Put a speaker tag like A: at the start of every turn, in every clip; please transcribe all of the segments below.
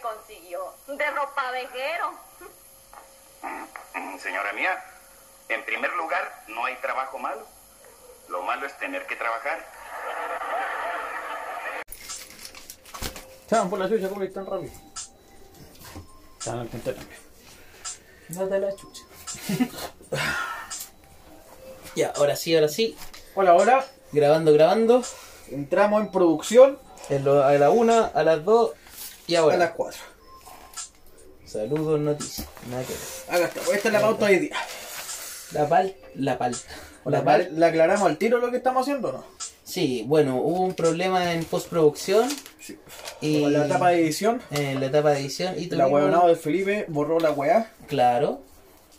A: consiguió? De ropavejero.
B: Mm, Señora mía, en primer lugar, no hay trabajo malo. Lo malo es tener que trabajar.
C: Estaban por la chucha, ¿cómo ir tan rápido? Estaban al conteo también.
D: No de la chucha. ya, ahora sí, ahora sí.
C: Hola, hola.
D: Grabando, grabando.
C: Entramos en producción
D: En lo- a la una, a las dos y ahora.
C: a las 4.
D: Saludos, noticias. Nada que ver.
C: Acá estamos. Esta es la pauta de hoy día.
D: La pal. La pal.
C: La, pal- la aclaramos al tiro lo que estamos haciendo, o ¿no?
D: Sí, bueno, hubo un problema en postproducción.
C: Sí.
D: Y
C: la etapa de edición,
D: En la etapa de edición. Y
C: la
D: tuvimos-
C: huevonada de Felipe borró la weá.
D: Claro.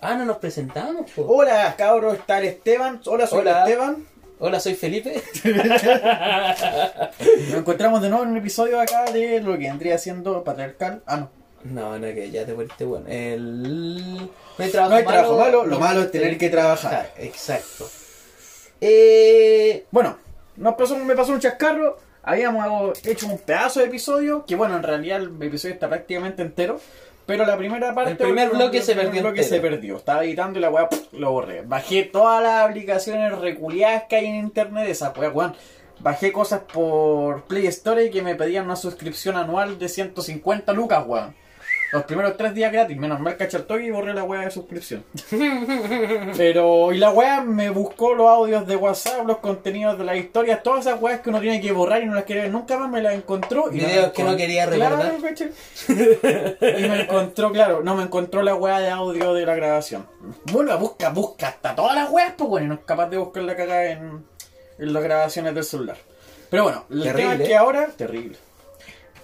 D: Ah, no nos presentamos. po.
C: Hola, cabros, está el Esteban. Hola, soy el
D: Hola.
C: Esteban.
D: Hola, soy Felipe.
C: Nos encontramos de nuevo en un episodio acá de lo que vendría siendo patriarcal. Ah, no.
D: No, no, que ya te volviste bueno. El... No hay trabajo,
C: No hay trabajo malo, Ah, lo malo es tener que trabajar.
D: Exacto. Eh,
C: Bueno, nos pasó, me pasó un chascarro. Habíamos hecho un pedazo de episodio, que bueno, en realidad el episodio está prácticamente entero. Pero la primera parte.
D: primer bloque se
C: primer
D: perdió
C: bloque
D: entero.
C: se perdió. Estaba editando y la weá ¡pum! lo borré. Bajé todas las aplicaciones reculiadas que hay en internet de esa weá, weón. Bajé cosas por Play Store que me pedían una suscripción anual de 150 lucas, weón. Los primeros tres días gratis, menos mal cachartoque y borré la weá de suscripción. Pero, y la weá me buscó los audios de WhatsApp, los contenidos de las historias, todas esas weas que uno tiene que borrar y no las quiere ver nunca más, me las encontró. Y
D: Videos
C: me
D: que no
C: encont-
D: quería
C: Claro,
D: recordar.
C: caché. y me encontró, claro, no me encontró la weá de audio de la grabación. Bueno, busca, busca hasta todas las weas, pues bueno, y no es capaz de buscar la cagada en, en las grabaciones del celular. Pero bueno, el tema
D: Terrible,
C: es que
D: ¿eh?
C: ahora. Terrible.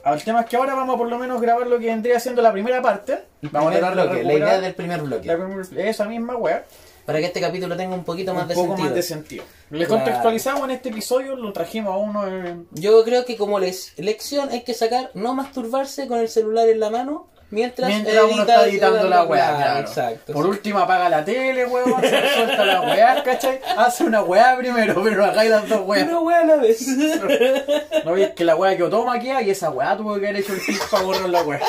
C: El tema es que ahora vamos a por lo menos grabar lo que vendría siendo la primera parte.
D: el
C: Vamos
D: primer
C: a tratar de
D: bloque, la
C: recuperar
D: idea del primer bloque.
C: la primer- esa misma weá
D: Para que este capítulo tenga un poquito más
C: un
D: de
C: poco
D: sentido.
C: más de sentido. Le
D: Claro.
C: contextualizamos en este episodio, lo trajimos a uno en...
D: Yo creo que como les- lección hay que sacar no masturbarse con el celular en la mano mientras,
C: Mientras uno
D: edita
C: está
D: el
C: editando
D: celular.
C: la weá,
D: Ah,
C: claro.
D: Exacto.
C: Por último, apaga la tele, weón, se suelta la weá, ¿cachai? Hace una weá primero, pero hagáis las dos weas.
D: Una weá a la vez.
C: No veis que la weá que yo tomo aquí, y esa weá tuvo que haber hecho el pico para borrar la weá.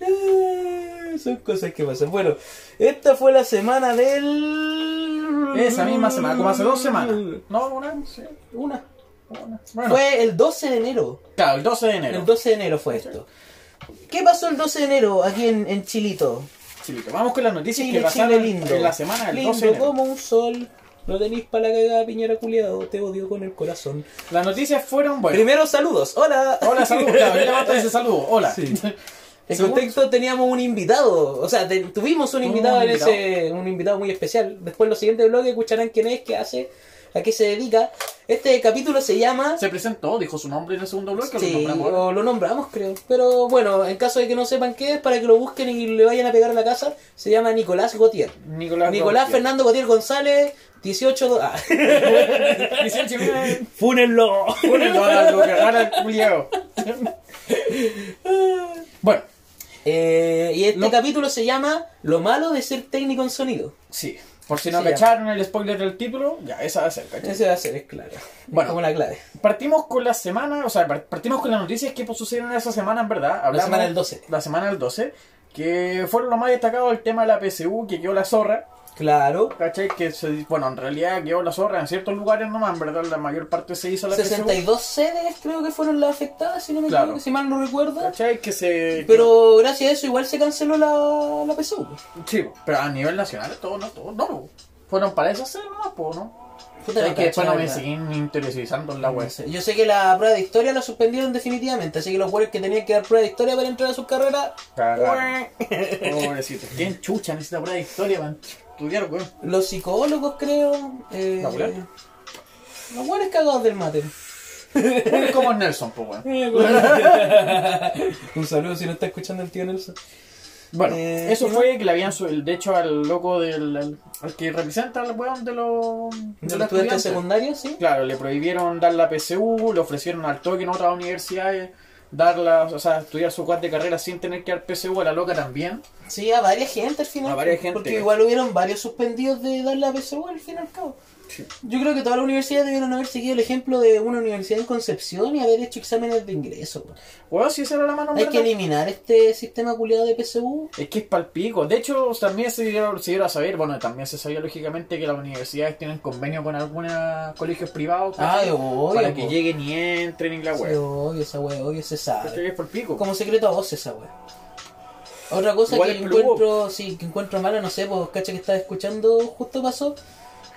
D: Eh, Son cosas que pasan. Bueno, esta fue la semana del.
C: Esa misma semana, como hace dos semanas. No, una, sí,
D: Una.
C: una. Bueno,
D: Fue el 12 de enero.
C: claro, el 12 de enero.
D: El 12 de enero fue esto. ¿Qué pasó el 12 de enero aquí en, en Chilito?
C: Chilito, vamos con las noticias
D: Chile,
C: que pasaron
D: Chile lindo.
C: en la semana del
D: lindo
C: 12 de enero.
D: como un sol. No tenéis para la cagada, piñera culiado. Te odio con el corazón.
C: Las noticias fueron, bueno,
D: Primero, saludos. Hola.
C: hola, saludos, claro, ya basta de ese saludo, hola.
D: Sí. En
C: Segundo-
D: contexto teníamos un invitado, o sea, te- tuvimos un
C: Tuvimos
D: invitado
C: un
D: en
C: invitado.
D: ese, un invitado muy especial. Después en los siguientes blogs escucharán quién es, qué hace, a qué se dedica. Este capítulo se llama...
C: Se presentó, dijo su nombre en el segundo bloque,
D: Sí,
C: lo nombramos.
D: o lo nombramos creo. Pero bueno, en caso de que no sepan qué es, para que lo busquen y le vayan a pegar a la casa, se llama Nicolás Gautier.
C: Nicolás,
D: Nicolás
C: Gautier.
D: Fernando Gautier González, 18... do- Ah.
C: Dieciocho mil-
D: ¡Fúnenlo!
C: Bueno, ahora lo que gana el culiao. Bueno,
D: Eh, y este
C: No.
D: capítulo se llama Lo malo de ser técnico en sonido.
C: sí. Por si no
D: Sí, ya.
C: cacharon el spoiler del título, ya, esa va a ser, ¿cachai?
D: Ese va a ser, es claro.
C: Bueno.
D: Bueno, como la clave.
C: Partimos con la semana, o sea, par- partimos con las noticias que pues, sucedieron esa semana, en verdad. Hablamos-
D: semana del 12.
C: La semana del 12, que fueron lo más destacado el tema de la PSU, que quedó la zorra,
D: Claro.
C: ¿cachai? Que, se- bueno, en realidad quedó la zorra en ciertos lugares nomás, en verdad, la mayor parte se hizo la PSU.
D: 62 sedes creo que fueron las afectadas, si no me
C: Claro.
D: equivoco, si mal no recuerdo.
C: ¿Cachai? Que se...
D: Pero gracias a eso igual se canceló la, la PSU.
C: Sí, po, pero a nivel nacional, todo, no, todo, no. po. Fueron para eso hacer nomás, po, ¿no?
D: Puta,
C: Es que
D: no cacho,
C: después no
D: la
C: me
D: verdad.
C: siguen interiorizando en la web.
D: Yo sé que la prueba de historia la suspendieron definitivamente, así que los jugadores que tenían que dar prueba de historia para entrar a sus carreras,
C: Cagaron. Pobrecito. ¿Quién chucha necesita prueba de historia para estudiar, weón?
D: los psicólogos creo... Eh,
C: ¿La weá?
D: los jugadores cagados del mate.
C: Bueno, como Nelson, po, weón.
D: Un saludo si no está escuchando el tío Nelson.
C: Bueno,
D: Eh,
C: eso
D: ¿no?
C: fue que le habían su- de hecho al loco del al, al que representa al weón de los los
D: ¿De los estudiantes
C: estudiantes.
D: secundarios, sí?
C: Claro, le prohibieron dar la PSU, le ofrecieron al toque en otras universidades darla, o sea, estudiar su cuad de carrera sin tener que dar PSU a la loca también.
D: Sí, a varias gente al final.
C: A varias gente,
D: Porque
C: ¿cachai?
D: igual hubieron varios suspendidos de dar la PSU al fin y al cabo.
C: Sí.
D: Yo creo que todas las universidades debieron haber seguido el ejemplo de una universidad en Concepción y haber hecho exámenes de ingreso. weón.
C: Weón, si esa era la mano
D: Hay
C: en
D: que
C: verdad.
D: eliminar este sistema culiado de PSU.
C: Es que es palpico. De hecho, también se dieron, se dieron a saber, bueno, también se sabía lógicamente que las universidades tienen convenio con algunos colegios privados ¿cachai?
D: Ay, Ah, obvio,
C: para que
D: po.
C: lleguen y entren en la
D: Sí,
C: web.
D: obvio, esa wea, obvio, se
C: Esto
D: sabe.
C: es palpico.
D: Como secreto a voz esa wea. Otra cosa
C: Igual
D: que
C: es peludo.
D: encuentro, sí, que encuentro mala, no sé, pues cacha que estaba escuchando, justo pasó.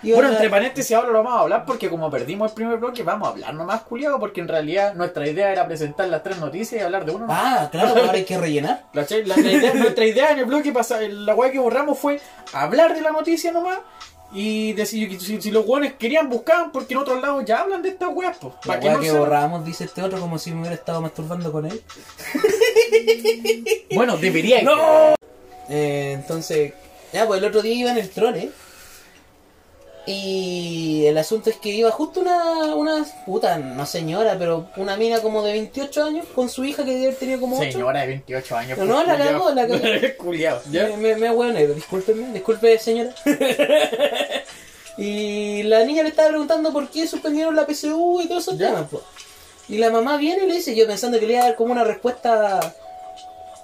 D: Y
C: Bueno,
D: ahora-
C: entre paréntesis ahora lo vamos a hablar porque como perdimos el primer bloque, vamos a hablar nomás, culiado, porque en realidad nuestra idea era presentar las tres noticias y hablar de uno. nomás.
D: Ah, claro, ahora hay que rellenar.
C: ¿Cachai? La, la idea- nuestra idea en el bloque, pasa- la weá que borramos fue hablar de la noticia nomás y decir que si, si los weones querían, buscaban, porque en otros lados ya hablan de estas weas, pues.
D: La
C: Para que
D: wea
C: no
D: que
C: se-
D: borramos, dice este otro, como si me hubiera estado masturbando con él.
C: Bueno, debería.
D: Eh, entonces, ya, pues el otro día iba en el trole. Y el asunto es que iba justo una, una puta, no señora, pero una mina como de 28 años con su hija que debe haber tenido como 8.
C: Señora de 28 años.
D: No, no, la cagó, la cagó.
C: Culiado.
D: Me, me, me hueoneo, discúlpeme, disculpe señora. y la niña le estaba preguntando por qué suspendieron la PSU y todo eso. pues.
C: Ya.
D: Y la mamá viene y le dice, yo pensando que le iba a dar como una respuesta...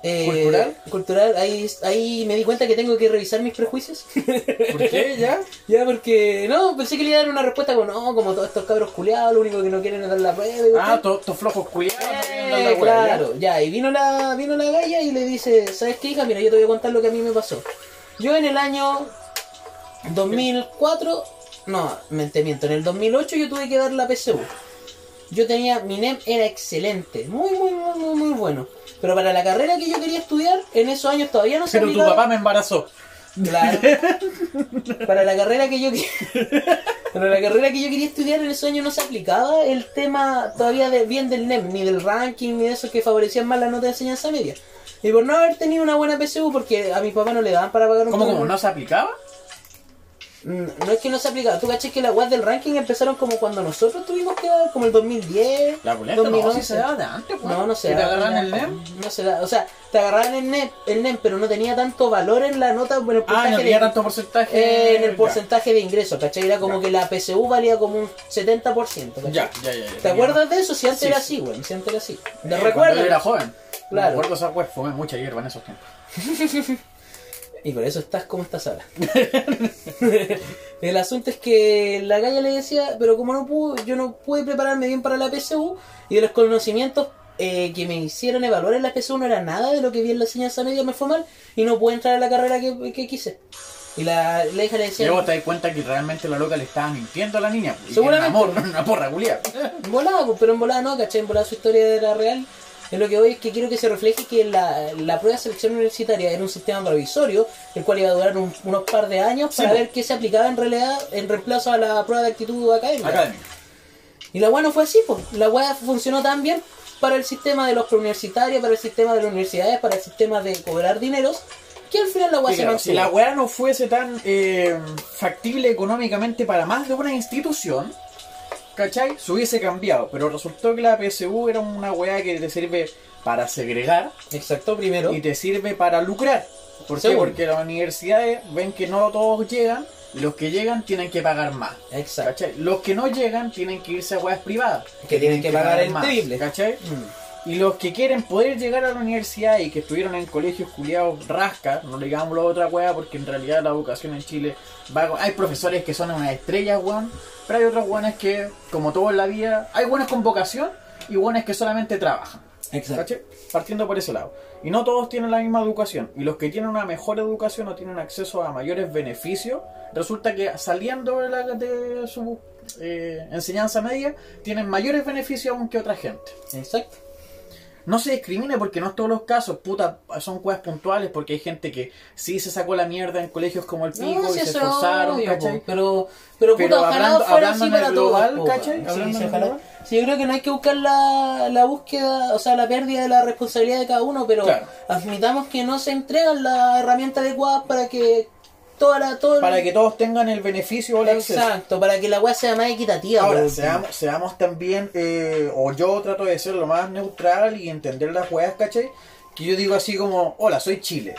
D: eh,
C: ¿Cultural?
D: Cultural, ahí, ahí me di cuenta que tengo que revisar mis prejuicios.
C: ¿Por qué ya?
D: ya, porque no, pensé que le iba a dar una respuesta como, no, como todos estos cabros culiados, lo único que no quieren es dar la prueba. y
C: Ah,
D: cuestión".
C: todos to flojos culiados. no quieren dar la
D: Eh,
C: wea, ya.
D: claro, ya, y vino la, vino la galla y le dice, ¿sabes qué hija? Mira, yo te voy a contar lo que a mí me pasó. Yo en el año 2004, no, me- te miento, en el 2008 yo tuve que dar la PSU. Yo tenía, mi NEM era excelente, muy, muy, muy, muy, muy bueno. Pero para la carrera que yo quería estudiar, en esos años todavía no se
C: Pero tu
D: aplicaba-
C: papá me embarazó.
D: Claro. Para la carrera que yo que- para la carrera que yo quería estudiar en esos años no se aplicaba el tema todavía de, bien del NEM, ni del ranking, ni de esos que favorecían más la nota de enseñanza media. Y por no haber tenido una buena PSU, porque a mi papá no le daban para pagar un
C: ¿Cómo,
D: programa.
C: cómo? ¿No se aplicaba?
D: Mm, No es que no se aplicaba. Tú caché que las guas del ranking empezaron como cuando nosotros tuvimos que dar, como el 2010,
C: La boleta no,
D: 2011.
C: sí se daba de antes,
D: No, no se
C: ¿Y te
D: da.
C: agarraban
D: no,
C: el NEM?
D: No se da. O sea, te agarraban el NEM, el NEM, pero no tenía tanto valor en la nota. Bueno, el
C: Ah,
D: puntaje
C: no
D: de-
C: tenía tanto porcentaje.
D: eh, en el
C: Ya.
D: porcentaje de ingresos, ¿cachai? Era como
C: Ya.
D: que la PSU valía como un 70%, ¿cachai?
C: Ya, ya, ya. ya.
D: ¿Te
C: Tenía-
D: acuerdas de eso? Si antes
C: Sí,
D: era
C: sí.
D: así, güey, si antes era así. ¿Te
C: Eh, cuando
D: recuerdas?
C: yo era joven.
D: Claro.
C: Me acuerdo esa wea, fumé mucha hierba en esos tiempos.
D: Y por eso estás como estás ahora. el asunto es que la galla le decía, pero como no pude, yo no pude prepararme bien para la PSU y de los conocimientos eh, que me hicieron evaluar en la PSU no era nada de lo que vi en la enseñanza media me fue mal y no pude entrar a la carrera que, que quise. Y la, la hija le
C: Y
D: decía,
C: luego te das cuenta que realmente la loca le estaba mintiendo a la niña. pues, y que era
D: Seguramente.
C: Una, morra, una porra, culiada.
D: En volada, pues, pero en volada no, ¿cachai? En volada su historia era real. En lo que voy es que quiero que se refleje que la, la prueba de selección universitaria era un sistema provisorio, el cual iba a durar un- unos par de años
C: Sí,
D: para
C: pues.
D: ver qué se aplicaba en realidad en reemplazo a la prueba de actitud académica.
C: Académica.
D: Y la UA no fue así, pues. La UA funcionó tan bien para el sistema de los preuniversitarios, para el sistema de las universidades, para el sistema de cobrar dineros, que al final la UA
C: Sí,
D: se
C: claro, si
D: mantuvo.
C: la weá no fuese tan eh, factible económicamente para más de una institución, ¿cachai? Se hubiese cambiado. Pero resultó que la PSU era una weá que te sirve para segregar
D: Exacto, primero.
C: y te sirve para lucrar. ¿Por qué?
D: Seguro.
C: Porque las universidades ven que no todos llegan y los que llegan tienen que pagar más.
D: Exacto.
C: ¿Cachai? Los que no llegan tienen que irse a weas privadas.
D: Que tienen que pagar el triple.
C: ¿Cachai?
D: Mm.
C: Y los que quieren poder llegar a la universidad y que estuvieron en colegios culiados rasca, no le digamos la otra wea, porque en realidad la educación en Chile va con- Hay profesores que son unas estrellas, weón, pero hay otros weones que, como todo en la vida, hay buenas con vocación y buenas que solamente trabajan.
D: Exacto.
C: ¿Cachai? Partiendo por ese lado. Y no todos tienen la misma educación. Y los que tienen una mejor educación o tienen acceso a mayores beneficios, resulta que saliendo de, la, de su eh, enseñanza media, tienen mayores beneficios aún que otra gente.
D: Exacto.
C: No se discrimina porque no es todos los casos, puta, son cuevas puntuales porque hay gente que sí se sacó la mierda en colegios como el pico
D: No,
C: y
D: sí,
C: se
D: eso
C: esforzaron,
D: obvio,
C: ¿cachai?
D: po, Pero, pero, puta,
C: Pero
D: ojalá
C: hablando-
D: fuera
C: hablando
D: así
C: en
D: para
C: el
D: todos.
C: global,
D: po,
C: ¿cachai?
D: weón. Sí,
C: Hablando
D: sí,
C: en el
D: ojalá.
C: global.
D: Sí, yo creo que no hay que buscar la, la búsqueda, o sea, la pérdida de la responsabilidad de cada uno, pero
C: Claro.
D: admitamos que no se entregan las herramientas adecuadas para que toda la... Todo el-
C: Para que todos tengan el beneficio o el acceso.
D: Exacto, para que la weá sea más equitativa. por
C: Ahora,
D: último.
C: seamos, seamos también, eh, o yo trato de ser lo más neutral y entender las weas, ¿cachai? Que yo digo así como, hola, soy Chile.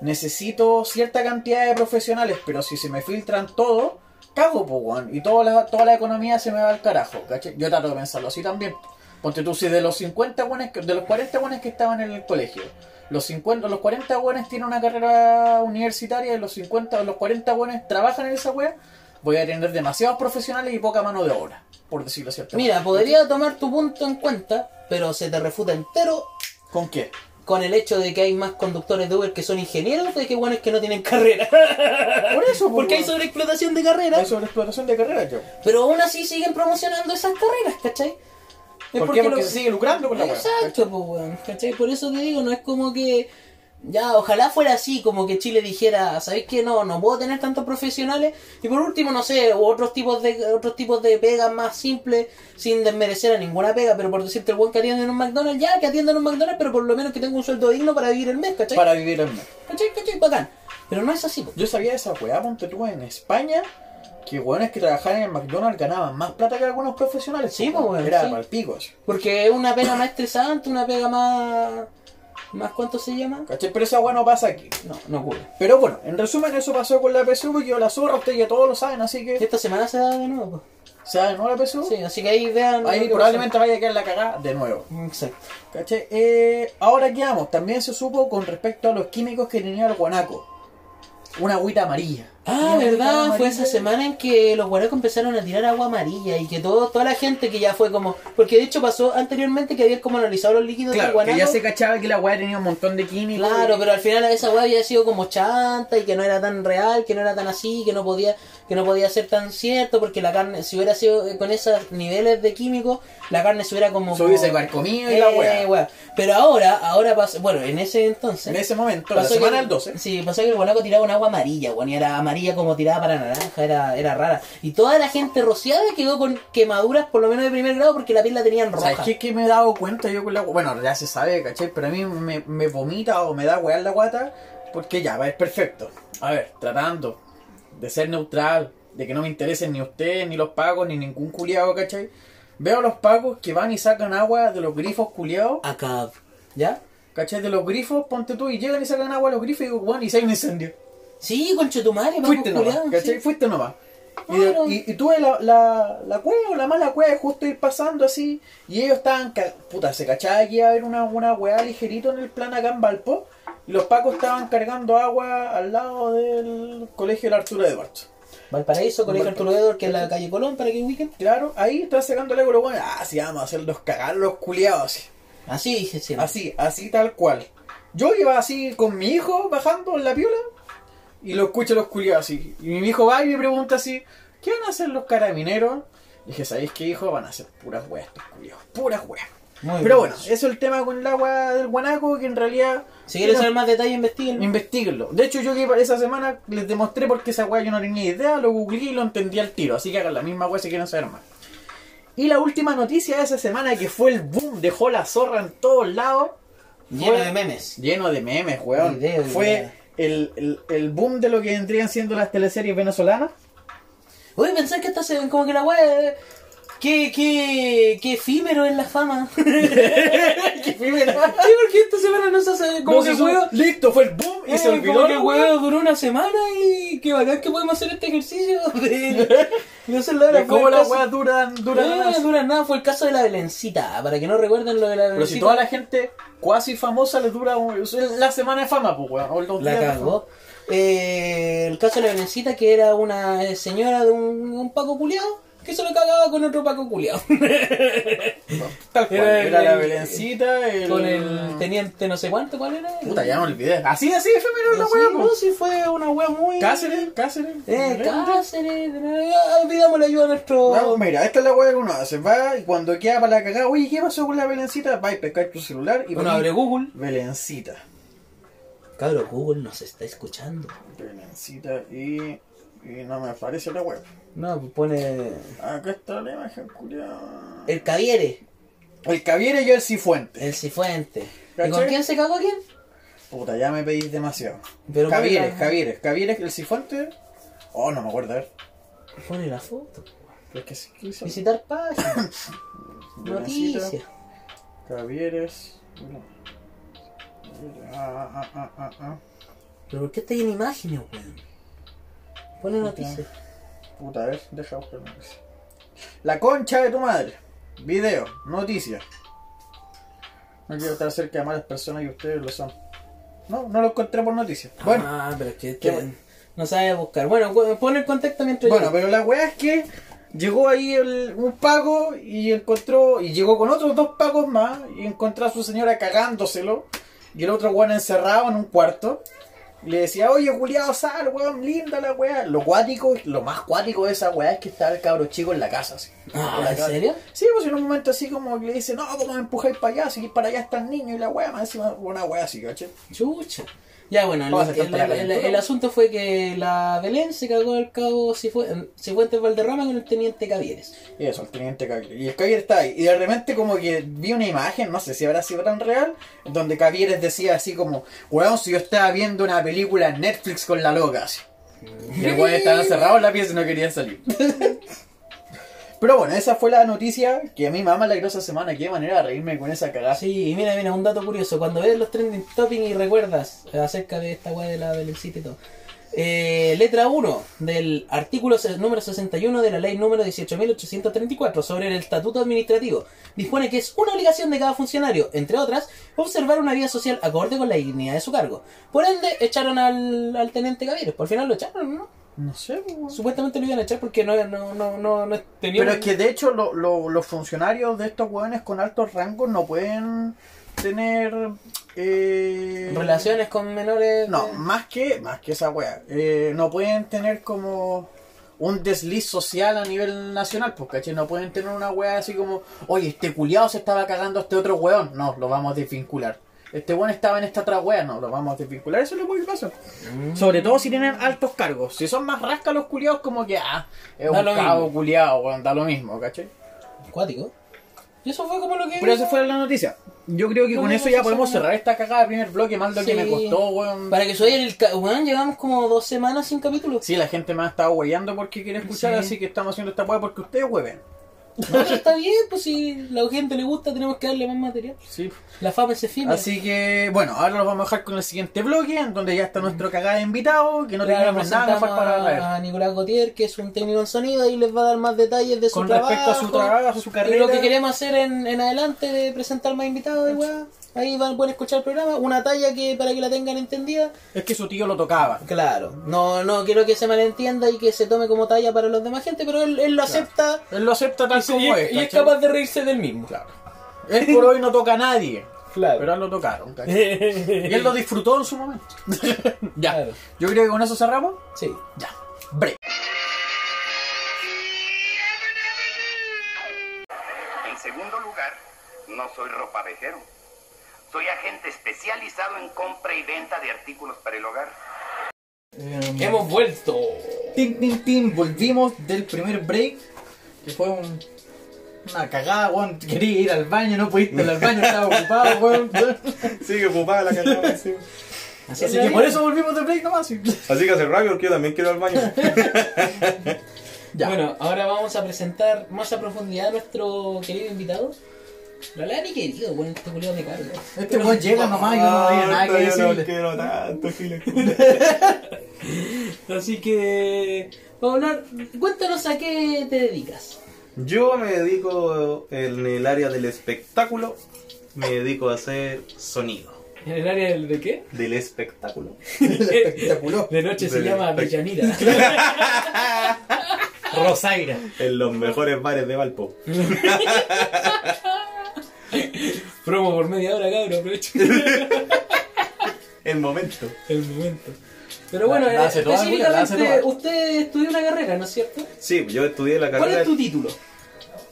C: necesito cierta cantidad de profesionales, pero si se me filtran todo, cago, po, weón. Y toda la, toda la economía se me va al carajo, ¿cachai? Yo trato de pensarlo así también. Ponte tú, si de los 50 buenos, que- de los 40 buenos que estaban en el colegio, los 50, los 40 buenos tienen una carrera universitaria y los 50, o los 40 buenos trabajan en esa wea, voy a tener demasiados profesionales y poca mano de obra, por decirlo cierto.
D: Mira, podría tomar tu punto en cuenta, pero se te refuta entero
C: ¿Con qué?
D: con el hecho de que hay más conductores de Uber que son ingenieros de que bueno es que no tienen carrera.
C: Por eso, po,
D: Porque hay
C: weón.
D: sobreexplotación de carreras,
C: Hay sobreexplotación de carreras, yo.
D: pero aún así siguen promocionando esas carreras, ¿cachai? Es
C: ¿Por qué? Porque
D: lo-
C: se sigue lucrando con la wea.
D: Exacto, pues, weón. ¿Cachai? Por eso te digo, no es como que. Ya, ojalá fuera así, como que Chile dijera, ¿sabéis qué? No, no puedo tener tantos profesionales. Y por último, no sé, u otros tipos de otros tipos de pegas más simples, sin desmerecer a ninguna pega, pero por decirte, el buen que atiende en un McDonald's, ya que atienda en un McDonald's, pero por lo menos que tenga un sueldo digno para vivir el mes, ¿cachai?
C: Para vivir en mar.
D: ¿Cachai? ¿Cachai? Bacán. Pero no es así, po.
C: Yo sabía esa weá, ponte tú en España, que weones que trabajaban en el McDonald's ganaban más plata que algunos profesionales.
D: Sí,
C: po,
D: po, weón,
C: Era
D: sí.
C: palpicos.
D: Porque es una pega más estresante, una pega más. más ¿Cuánto se llama?
C: ¿Cachai? Pero esa weá no pasa aquí.
D: No, no ocurre.
C: Pero bueno, en resumen, eso pasó con la PSU y yo la zorra, ustedes ya todos lo saben, así que.
D: Esta semana se da de nuevo, po.
C: ¿Saben, no la PSU?
D: Sí, así que ahí vean. lo
C: Ahí
D: que
C: probablemente vaya a quedar la cagada de nuevo.
D: pasó. Exacto.
C: ¿Cachai? Eh, ahora qué vamos, también se supo con respecto a los químicos que tenía el guanaco. Una agüita amarilla.
D: Ah,
C: Una agüita
D: verdad, fue esa
C: amarilla.
D: semana en que los guaracos empezaron a tirar agua amarilla y que todo, toda la gente que ya fue como. Porque de hecho pasó anteriormente que habían como analizado los líquidos del
C: Claro,
D: guanaco.
C: que ya se cachaba que la weá tenía un montón de químicos.
D: Claro, pero al final esa weá había sido como chanta y que no era tan real, que no era tan así, que no podía, que no podía ser tan cierto, porque la carne, si hubiera sido eh, con esos niveles de químicos, la carne se hubiera como.
C: Se hubiese
D: como-
C: carcomido y la weá.
D: Eh, weá. Pero ahora, ahora pasa, bueno, en ese entonces.
C: En ese momento, la semana del 12.
D: Sí, pasó que el guanaco tiraba un agua amarilla, weón, y era amarilla como tirada para naranja, era, era rara. Y toda la gente rociada quedó con quemaduras, por lo menos de primer grado, porque la piel la tenían roja.
C: ¿Sabes qué, qué me he dado cuenta yo con la Bueno, ya se sabe, ¿cachai? Pero a mí me, me vomita o me da weá en la guata porque ya, va, es perfecto. A ver, tratando de ser neutral, de que no me interesen ni ustedes, ni los pagos, ni ningún culiado, ¿cachai? Veo a los pagos que van y sacan agua de los grifos culiados,
D: Acá, ¿ya?
C: ¿cachai? De los grifos, ponte tú, y llegan y sacan agua de los grifos y digo, bueno, y se hay un incendio.
D: Sí, conchetumare, vamos
C: Fuiste nomás,
D: culiao,
C: ¿cachai?
D: sí.
C: Fuiste nomás. Y,
D: Claro.
C: y, y tuve la, la, la cueva o la mala cueva de justo ir pasando así. Y ellos estaban, ca- puta, se cachaba que iba a haber una, una weá ligerito en el plan acá en Valpo. Y los pacos estaban cargando agua al lado del colegio del Arturo Edwards.
D: Valparaíso, Colegio
C: Valparaíso.
D: Arturo Edwards, que es la calle Colón, para que ubiquen.
C: Claro, ahí están sacando el agua, bueno, ah, sí, vamos a hacerlos cagar los culiados así.
D: Así dije siempre.
C: Así, así tal cual. Yo iba así con mi hijo bajando en la piola y lo escucho a los culiados así. Y mi hijo va y me pregunta así, ¿qué van a hacer los carabineros? Y dije, ¿sabéis qué, hijo? Van a hacer puras weas estos culiados, puras weas.
D: Muy
C: Pero
D: bien.
C: bueno, eso es el tema con el agua del guanaco que en realidad...
D: Si quieren
C: era-
D: saber más detalles, investiguen.
C: Investíguenlo. De hecho, yo que iba- esa semana les demostré porque esa weá yo no tenía idea, lo googleé y lo entendí al tiro. Así que hagan la misma weá si quieren saber más. Y la última noticia de esa semana que fue el boom, dejó la zorra en todos lados.
D: Lleno
C: Fue-
D: de memes.
C: Lleno de memes, weón.
D: Video,
C: fue
D: video.
C: el, el- el boom de lo que vendrían siendo las teleseries venezolanas.
D: Uy, pensar que esta se... como que la weá... Qué, qué, qué efímero es la fama. sí, porque esta semana no se hace... Como
C: No
D: que
C: se
D: el
C: su-
D: huevo...
C: Listo, fue el boom y
D: eh,
C: se olvidó.
D: como que el
C: la weá.
D: huevo duró una semana y qué bacán que podemos hacer este ejercicio. de- de hacerlo ahora.
C: De ¿Cómo
D: Fue el
C: las
D: caso-
C: weas duran? duran
D: Eh,
C: las-
D: duran nada. Fue el caso de la Belencita. Para que no recuerden lo de la Belencita.
C: Pero si toda la gente cuasi famosa les dura un- o sea, la semana de fama, pues weón. o los
D: La
C: días de
D: cagó. Eh, el caso de la Belencita, que era una eh, señora de un, un Paco culiao, que se lo cagaba con otro Paco culiao.
C: Tal cual.
D: Era
C: Era,
D: el-
C: la
D: el-
C: Belencita, el...
D: con el teniente no sé cuánto, ¿cuál era?
C: Puta, ya me olvidé. Así, así, efemero la
D: ¿Ah, Sí,
C: wea,
D: no,
C: pues.
D: sí, fue una wea muy...
C: Cáceres, Cáceres.
D: Eh,
C: Moreno.
D: Cáceres. ah, Pidámosle ayuda a nuestro...
C: No, mira, esta es la weá que uno hace. Va y cuando queda para la cagada, oye, ¿qué pasó con la Belencita? Va y pescar tu celular y
D: Uno
C: ponés
D: abre Google.
C: Belencita.
D: Cabro, Google nos está escuchando.
C: Belencita y. y no me aparece la web.
D: No, pues pone...
C: Acá está la imagen, culiada.
D: El Caviere,
C: El Caviere y el Cifuente. Eh,
D: el Cifuente. ¿Y
C: ¿Cachai?
D: con quién se cagó quién?
C: Puta, ya me pedís demasiado.
D: Pero
C: Cavieres,
D: ponela-
C: Cavieres, Cavieres, el Cifuente. Oh, no me acuerdo, a ver.
D: Pone la foto.
C: Pero es que sí, ¿qué hizo?
D: Visitar páginas,
C: Belencita,
D: noticias.
C: Cavieres. Ah, ah, ah, ah, ah.
D: ¿Pero por qué está ahí en imágenes, weón? Pone noticias.
C: Puta, a ver, deja buscar una cosa. La concha de tu madre. Video, noticias. No quiero estar cerca de malas personas y ustedes lo son. No, no lo encontré por noticias. Bueno,
D: Ah, pero es que
C: Qué
D: te-
C: bueno.
D: no sabe buscar. Bueno, cu- pon el contexto mientras
C: bueno,
D: yo.
C: pero la weá es que llegó ahí el- un pago y encontró, y llegó con otros dos pagos más y encontró a su señora cagándoselo y el otro weón encerrado en un cuarto. Y le decía, oye, culiado, sal, weón, linda la weá. Lo cuático, lo más cuático de esa weá es que estaba el cabro chico en la casa. así.
D: Ah,
C: En la
D: ¿en
C: casa.
D: serio?
C: Sí, pues en un momento así como que le dice, no, como me empujáis para allá, si para allá está el niño y la weá, más encima una weá así, ¿cachai?
D: Chucha. Ya, bueno,
C: Vamos a
D: el,
C: hacer tanta
D: el-
C: la
D: el-
C: calentura.
D: el asunto fue que la Belén se cagó al cabo Cifu- Cifuentes Valderrama con el teniente Cavieres.
C: Y eso, el teniente Cavier. Y el Cavier está ahí. Y de repente como que vi una imagen, no sé si habrá sido tan real, donde Cavieres decía así como, weón, si yo estaba viendo una película en Netflix con la loca. así. Y el weón estaba encerrado en la pieza y no quería salir. Pero bueno, esa fue la noticia que a mí me ama la grosa semana. Qué manera de reírme con esa cagada.
D: Sí, y mira, mira, un dato curioso. Cuando ves los trending topping y recuerdas acerca de esta weá de la Belencita y todo. Eh, letra 1 del artículo se- número 61 de la ley número 18.834 sobre el estatuto administrativo dispone que es una obligación de cada funcionario, entre otras, observar una vida social acorde con la dignidad de su cargo. Por ende, echaron al, al teniente Gavieres, por el final lo echaron, ¿no?
C: No sé, weón.
D: Supuestamente lo iban a echar porque no, no, no, no, no tenía...
C: Pero es que de hecho lo- lo- los funcionarios de estos weones con altos rangos no pueden tener... Eh...
D: Relaciones con menores...
C: No,
D: de-
C: más que, más que esa wea. eh, no pueden tener como un desliz social a nivel nacional, pues caché, no pueden tener una wea así como, oye, este culiado se estaba cagando a este otro weón. No, lo vamos a desvincular. Este weón estaba en esta otra wea, no, lo vamos a desvincular. Eso es lo que pasa.
D: Mm.
C: Sobre todo si tienen altos cargos. Si son más rascas los culiados, como que, ah, es
D: Da lo
C: un cabo
D: mismo.
C: culiado, weón, da lo mismo, caché.
D: Acuático. Y eso fue como lo que.
C: Pero esa fue la noticia. Yo creo que
D: No,
C: con
D: no,
C: eso
D: no,
C: ya
D: sí,
C: podemos
D: sí, no.
C: cerrar esta cagada de primer bloque, más lo que
D: Sí.
C: me costó, weón.
D: Para que soy el. ca- Weón, llevamos como dos semanas sin capítulo.
C: Sí, la gente me ha estado hueveando porque quiere escuchar,
D: Sí.
C: así que estamos haciendo esta hueá porque ustedes hueven.
D: No, está bien, pues si la gente le gusta, tenemos que darle más material.
C: Sí.
D: La fama se firma.
C: Así que, bueno, ahora los vamos a dejar con el siguiente bloque, en donde ya está nuestro cagada de invitado, que no teníamos nada mejor para hablar.
D: a Nicolás Gautier, que es un técnico en sonido, y les va a dar más detalles de su
C: Con
D: trabajo.
C: respecto a su trabajo, a su carrera.
D: Y lo que queremos hacer en, en adelante de presentar más invitados, y weá. Ahí van, pueden escuchar el programa. Una talla que para que la tengan entendida.
C: Es que su tío lo tocaba.
D: Claro, no, no quiero que se malentienda y que se tome como talla para los demás gente, pero él, él lo acepta
C: Él lo acepta tal como
D: y,
C: es.
D: es, y es
C: ¿cachai?
D: capaz de reírse del mismo.
C: Claro. Él por hoy no toca a nadie,
D: Claro.
C: pero a él lo tocaron. ¿cachai? Y él lo disfrutó en su momento. ya.
D: Claro.
C: Yo creo que con eso cerramos.
D: Sí.
C: Ya. Break.
B: En segundo lugar, no soy ropavejero. Soy agente especializado en compra y venta de artículos para el hogar.
D: Hemos vuelto.
C: Tin, tin, tin, volvimos del primer break. Que fue un- una cagada, weón. Quería ir al baño, no pudiste ir al baño, estaba ocupado, weón.
E: Sí, que ocupada pues, la cagada. sí.
D: Así,
C: Así que por eso volvimos del break nomás. sí.
E: Así que hace rabia porque yo también quiero ir al baño.
C: Ya.
D: Bueno, ahora vamos a presentar más a profundidad a nuestro querido invitado. No le da ni querido, bueno, este culiado me carga.
C: este weón llega nomás y yo no tenía nada que
E: Ah, yo no
C: decirle.
E: quiero tanto, Gil.
D: Así que. Vamos a hablar. Cuéntanos a qué te dedicas.
E: Yo me dedico en el área del espectáculo, me dedico a hacer sonido.
D: ¿En el área del de qué?
E: Del espectáculo.
C: Espectacular.
D: De noche se
E: Del
D: llama
E: espect-
D: Avellanida.
C: Rosaira.
E: En los mejores bares de Valpo.
D: Promo por media hora, cabrón, aprovecho.
E: El momento.
D: el momento. Pero bueno,
C: La- la
D: eh,
C: hace toda, Julia, la hace
D: específicamente
C: toda.
D: usted estudió una carrera, ¿no es cierto?
E: Sí, yo estudié la
D: ¿Cuál
E: carrera.
D: es tu título?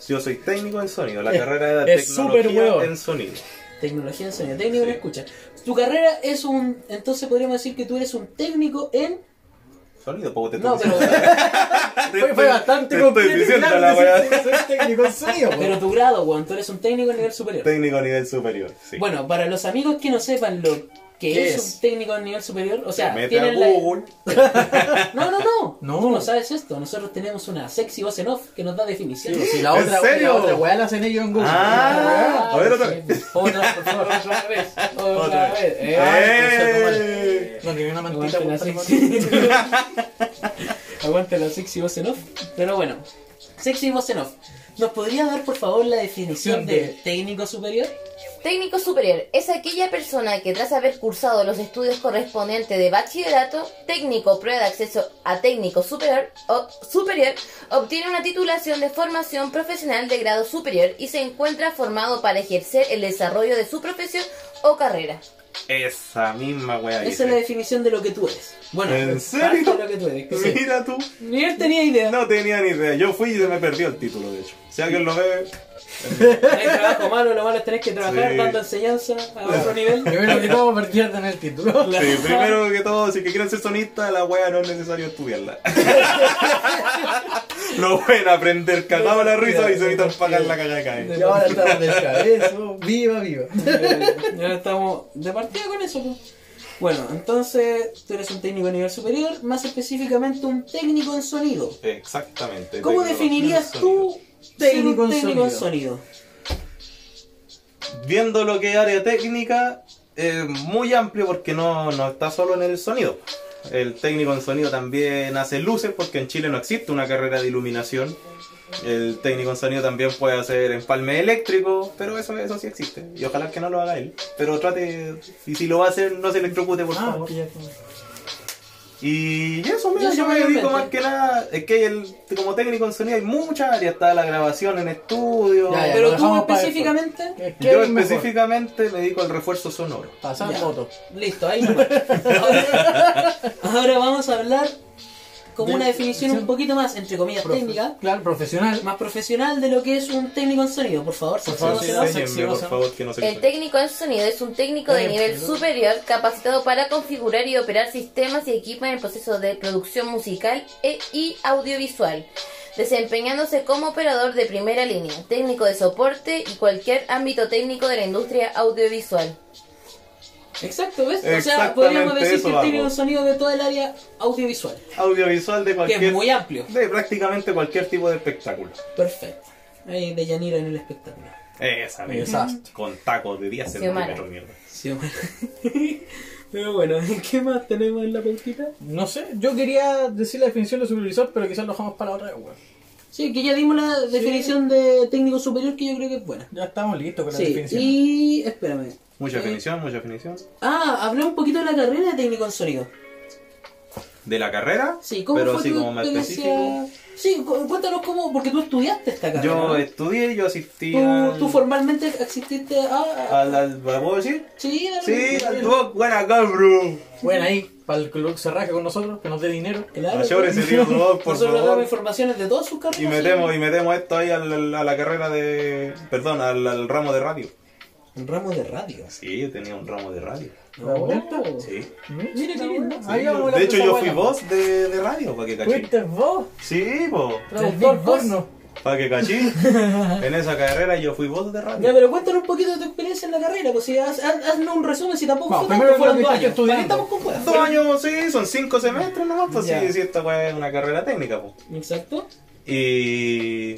E: Yo soy técnico en sonido. La
C: Es-
E: carrera de
C: es súper
E: tecnología
C: hueón.
E: en sonido.
D: Tecnología de sonido, técnico
E: Sí.
D: no escucha. Tu carrera es un. Entonces podríamos decir que tú eres un técnico en.
E: Sonido, poco te
D: No,
E: estoy
D: pero,
E: diciendo.
C: Fue, fue bastante
E: Te estoy
C: completo y
E: diciendo
C: claro,
E: la
C: decir
E: weá.
C: que soy técnico en serio, weón.
D: pero tu grado, weón. Tú eres un técnico a nivel superior.
E: Técnico a nivel superior. Sí.
D: Bueno, para los amigos que no sepan lo
C: ¿Qué
D: que es,
C: es?
D: un técnico a nivel superior, o sea,
E: Mete a
D: tienen la-
E: Google.
D: No, no, no.
C: No.
D: Tú no sabes esto. Nosotros tenemos una sexy voz en off que nos da definición.
C: Sí, la
E: ¿En
C: otra,
E: serio?
C: la otra weá la hacen ellos en Google.
E: Ah. a ver, otra
D: sí.
E: vez.
D: Otra, por favor, otra vez. Otra,
E: Otra
D: vez.
E: vez.
D: Eh, ay, concha tu madre.
E: ¡Eh! No tiene una mantita
D: Aguante la
E: puesta arriba.
D: sexy. Aguante la sexy voz en off. Pero bueno, sexy voz en off. ¿Nos podría dar por favor la definición
C: De-
D: de técnico superior?
F: Técnico superior es aquella persona que tras haber cursado los estudios correspondientes de bachillerato, técnico, prueba de acceso a técnico superior, o- superior, obtiene una titulación de formación profesional de grado superior y se encuentra formado para ejercer el desarrollo de su profesión o carrera.
E: Esa misma wea.
D: Esa es la definición de lo que tú eres. Bueno,
E: ¿En
D: parte
E: serio?
D: de lo que tú eres. que sí.
E: Mira tú.
D: Ni él tenía idea.
E: No tenía ni idea. Yo fui y se me perdió el título, de hecho. Si alguien lo ve,
D: Hay trabajo malo, lo malo es tener que trabajar
E: Sí.
D: dando enseñanza a otro nivel.
G: Primero que todo, perdías en el título.
E: sí, primero que todo, si que quieren ser sonistas, la wea no es necesario estudiarla. lo pueden aprender cagado la risa y se evitan pagar la caga de
G: Y ahora está en el cabezo. Viva, viva.
D: Ya- Eh, ya estamos de partida con eso. pues. Bueno, entonces tú eres un técnico a nivel superior, más específicamente un técnico en sonido.
E: Exactamente.
D: ¿Cómo
E: tecnología
D: definirías
E: del
D: tú ser
G: Técnico
D: un
G: en
D: técnico en sonido?
E: sonido. Viendo lo que es área técnica, es muy amplio porque no, no está solo en el sonido. El técnico en sonido también hace luces porque en Chile no existe una carrera de iluminación. El técnico en sonido también puede hacer empalme eléctrico, pero eso, eso sí existe. Y ojalá que no lo haga él. Pero trate, y si lo va a hacer, no se electrocute,
G: Ah,
E: por favor. Y eso, mira,
D: Ya
E: yo me
D: seguramente.
E: dedico más que nada. Es que el, como técnico en sonido hay muchas áreas: está la grabación en estudio.
G: Ya, ya,
D: Pero
G: lo
D: tú
G: dejamos para después.
D: específicamente...
E: Yo específicamente me dedico al refuerzo sonoro.
G: Pasar
D: Ya.
G: foto.
D: Listo, ahí nomás. Ahora, ahora vamos a hablar como
G: De-
D: una definición un
G: sí.
D: poquito más, entre comillas, técnica,
G: Claro, profesional.
D: más profesional de lo que es un técnico en sonido. Por favor, por
G: favor, sí, sí.
E: Enséñenme, por favor, que no se
F: El técnico en sonido es un técnico de nivel superior capacitado para configurar y operar sistemas y equipos en el proceso de producción musical e- y audiovisual, desempeñándose como operador de primera línea, técnico de soporte y cualquier ámbito técnico de la industria audiovisual.
D: Exacto, ¿ves? O sea,
E: Exactamente,
D: podríamos decir
E: eso
D: que el técnico en
E: vamos.
D: sonido de toda el área audiovisual,
E: Audiovisual de
D: que
E: cualquier.
D: es muy amplio.
E: de prácticamente cualquier tipo de espectáculo.
D: Perfecto. Ahí de Yanira en el espectáculo.
E: Esa, mira.
G: Exacto.
E: Con tacos de 10
F: Xiomara.
E: centímetros, mierda.
D: Sí, bueno. Pero bueno, ¿qué más tenemos en la pautita?
G: No sé, yo quería decir la definición de supervisor, pero quizás lo dejamos para la otra, weón.
D: Sí, que ya dimos la definición de técnico superior que yo creo que es buena.
G: Ya estamos listos con la
D: Sí,
G: definición.
D: y espérame.
E: Mucha
D: Eh,
E: definición, mucha definición.
D: Ah, hablé un poquito de la carrera de técnico en sonido.
E: De la carrera,
D: Sí, ¿cómo
E: pero
D: fue
E: así
D: tu
E: como más
D: experiencia?
E: específico.
D: Sí, cu- cuéntanos cómo, porque tú estudiaste esta carrera.
E: Yo
D: ¿no?
E: estudié, yo asistí
D: ¿Tú,
E: al-
D: tú formalmente asististe a... a-
E: al, al- ¿Puedo decir?
D: Sí, a-
E: Sí, al Duoc, buena cabrón.
G: Bueno, ahí, para el club se rasca con nosotros, que nos dé dinero.
D: Claro.
E: Mayor ese tío Duoc, por
D: Nosotros damos
E: favor.
D: informaciones de todas sus carreras.
E: Y metemos, y metemos esto ahí al- al- a la carrera de. Perdón, al, al ramo de radio.
D: Un ramo de radio.
E: Sí, yo tenía un ramo de radio.
G: ¿La vuelta?
E: Sí.
G: Mira qué lindo.
E: Sí, yo- de hecho, yo fui voz de, de radio, para que cachín.
G: Fuiste vos,
E: Sí, po,
G: traductor porno.
E: para que cachín. En esa carrera yo fui voz de radio.
D: Ya, pero cuéntanos un poquito de tu experiencia en la carrera, pues si haz, haz- haznos un resumen, si tampoco
G: Vamos,
D: fue tanto,
G: primero
D: fueron
G: lo
D: dos
G: que
D: años.
G: estás
D: ¿Para qué
G: estudiando.
D: estamos con
E: Dos
D: cuerdas?
E: años, sí, son cinco semestres nomás, pues
G: Ya.
E: sí, sí, esta weá es una carrera técnica, po.
D: Exacto.
E: Y.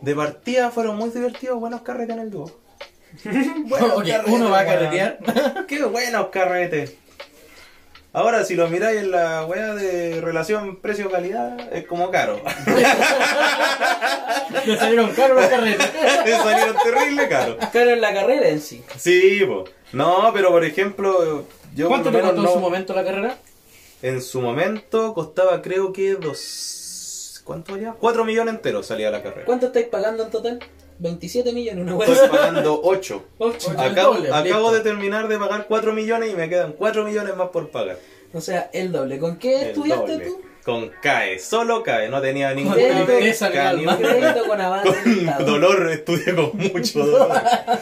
E: De partida fueron muy divertidos, buenos carretes en el dúo. Buenos
G: Ok,
E: carretes,
G: uno va a
E: weón.
G: carretear.
E: Qué buenos carretes. Ahora, si lo miráis en la weá de relación precio-calidad, es como caro.
G: Me salieron caros los carretes.
E: Le salieron terrible caro.
D: Claro, en la carrera en sí.
E: Sí, po. No, pero por ejemplo, yo
G: ¿Cuánto
E: por
G: te
E: lo
G: costó
E: menos
G: en
E: no-
G: su momento la carrera?
E: En su momento costaba creo que dos... ¿Cuánto valía? Cuatro millones enteros salía la carrera.
D: ¿Cuánto estáis pagando en total? 27 millones, una
E: Estoy
D: hueá.
E: pagando ocho.
D: Ocho.
G: Ocho.
E: Acabo,
G: doble,
E: acabo
G: listo.
E: de terminar de pagar cuatro millones y me quedan cuatro millones más por pagar.
D: O sea, el doble. ¿Con qué
E: El
D: estudiaste
E: doble.
D: tú?
E: Con CAE, solo CAE, no tenía ningún
G: Con
E: crédito,
G: tristeza en el
E: CAE,
G: alma.
E: ni un-
D: Crédito con avance.
E: Con dolor, estudié con mucho dolor.
D: Ay,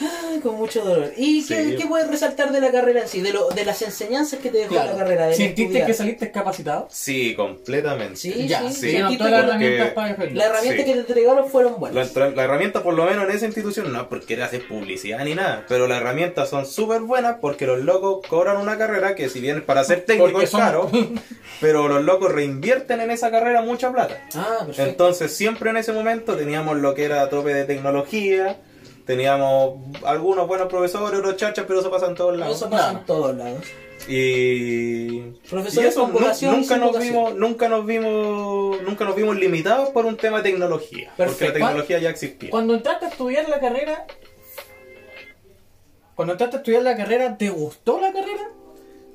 D: Ah, Con mucho dolor. ¿Y qué,
E: Sí.
D: qué puedes resaltar de la carrera en sí? De, lo, de las enseñanzas que te dejó la carrera. de
G: ¿Sentiste
D: estudiar.
G: que saliste capacitado?
E: Sí, completamente.
D: Sí,
G: Ya,
D: sí.
E: sí.
G: dieron
D: sentiste
G: todas las
D: que-
G: herramientas
E: porque-
G: para defender.
D: Las herramientas
E: Sí.
D: que te entregaron fueron
E: La,
D: buenas.
E: tra- la herramienta, por lo menos en esa institución, no es porque le haces publicidad ni nada, pero las herramientas son súper buenas porque los locos cobran una carrera que, si bien para ser técnico
G: Porque
E: es
G: son-
E: caro, pero los locos reinvierten en esa carrera mucha plata.
D: Ah, perfecto.
E: Entonces, siempre en ese momento teníamos lo que era a tope de tecnología, Teníamos algunos buenos profesores, otros chachas, pero eso pasa en todos lados.
D: Eso pasa en todos lados.
E: Y,
D: Profesores
E: y eso,
D: con vocación
E: nu-
D: y
E: nunca
D: sin
E: nos
D: vocación.
E: vimos, nunca nos vimos, nunca nos vimos limitados por un tema de tecnología, porque la
D: Perfecto.
E: tecnología ya existía.
C: Cuando entraste a estudiar la carrera. Cuando entraste a estudiar la carrera, ¿te gustó la carrera?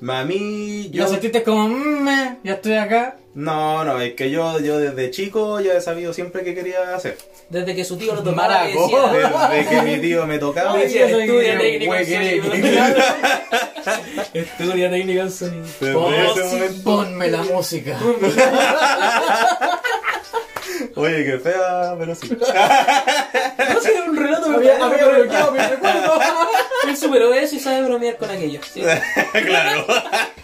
E: A mí,
C: ¿La
E: yo,
C: sentiste como, "Mm, eh, ya estoy acá?
E: no, no, es que yo, yo desde chico ya he sabido siempre qué quería hacer.
D: Desde que su tío lo tomara y decía, "Ah,
E: Desde que mi tío me tocaba,
C: Ay,
D: decía,
C: yo soy
D: estudia
C: un
D: técnico en
C: huequereque".
D: sonido. Estudia técnico en sonido.
E: desde
C: Oh,
E: ese
C: sí,
E: momento-
C: ponme la música.
E: oye, qué fea, pero sí.
D: No sé, un relato me
C: había, había
D: pero
C: bloqueado mi recuerdo.
D: él superó eso y sabe bromear con aquello. Sí.
E: claro.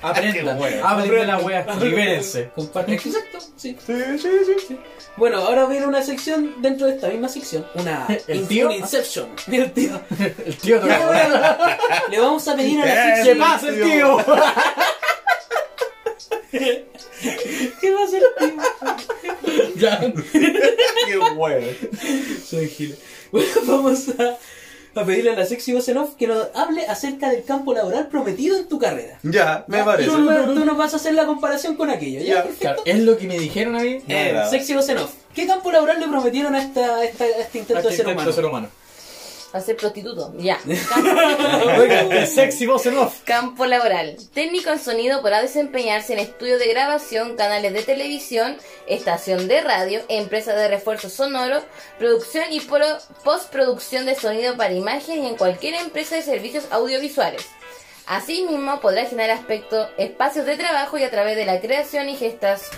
C: Aprendan,
E: Qué wea.
C: hablen de la wea, libérense.
D: Comparte. Exacto, sí.
E: Sí, sí, sí, sí.
D: Bueno, ahora viene una sección dentro de esta misma sección. Una
C: ¿El tío?
D: una Inception. El tío.
C: El tío
D: Y
C: tocó.
D: ahora le vamos a pedir a la
E: Eh,
C: ¿Qué
D: sección.
C: pasa, el tío?
D: ¿Qué va a hacer el tío?
C: Ya.
E: Qué bueno.
D: Soy Gil. Bueno, vamos a, a pedirle a la sexy voz en off que nos hable acerca del campo laboral prometido en tu carrera.
E: Ya, me parece.
D: Tú, no- tú nos vas a hacer la comparación con aquello, ¿ya?
E: Ya.
C: Claro, es lo que me dijeron a mí.
D: Eh,
E: Nada.
D: sexy voz en off. ¿Qué campo laboral le prometieron a, esta, a esta- a este intento de
C: Arquitecto
D: ser humano?
C: ser humano.
F: a ser prostituto. Ya.
C: Oiga, el sexy voz en off.
F: Campo laboral. Técnico en sonido podrá desempeñarse en estudios de grabación, canales de televisión, estación de radio, empresa de refuerzo sonoro, producción y pro- postproducción de sonido para imagen y en cualquier empresa de servicios audiovisuales. Asimismo, podrá generar aspecto, espacios de trabajo y a través de la creación y gestas,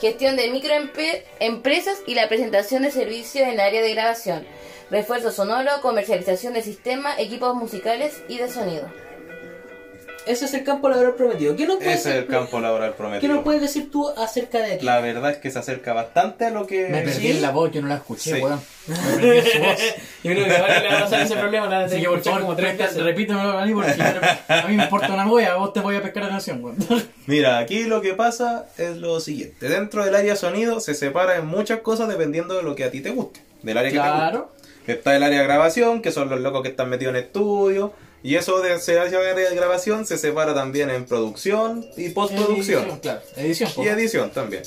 F: gestión de microempresas y la presentación de servicios en el área de grabación, refuerzo sonoro, comercialización de sistemas, equipos musicales y de sonido.
D: Ese es el campo laboral prometido. ¿Qué nos
E: Ese
D: puedes,
E: es el campo laboral
D: ¿qué
E: prometido.
D: nos puedes decir tú acerca de aquí?
E: La verdad es que se acerca bastante a lo que.
C: Me perdí en la voz, yo no la escuché,
E: Eh, Sí.
C: weón. Me perdí en su voz.
D: Yo creo que vale, le va a pasar ese problema. la
C: Así
D: tengo
C: que por
D: escuchar
C: favor,
D: como tres
C: repita-
D: veces.
C: repítemelo a mí porque a mí me importa una wea, a vos te voy a pescar atención, weón.
E: Mira, aquí lo que pasa es lo siguiente. Dentro del área sonido se separa en muchas cosas dependiendo de lo que a ti te guste. Del área que te
C: Claro.
E: guste. Está el área de grabación, que son los locos que están metidos en estudio. Y eso de ese área de grabación se separa también en producción y postproducción.
C: Edición, claro. Edición, po.
E: Y edición también.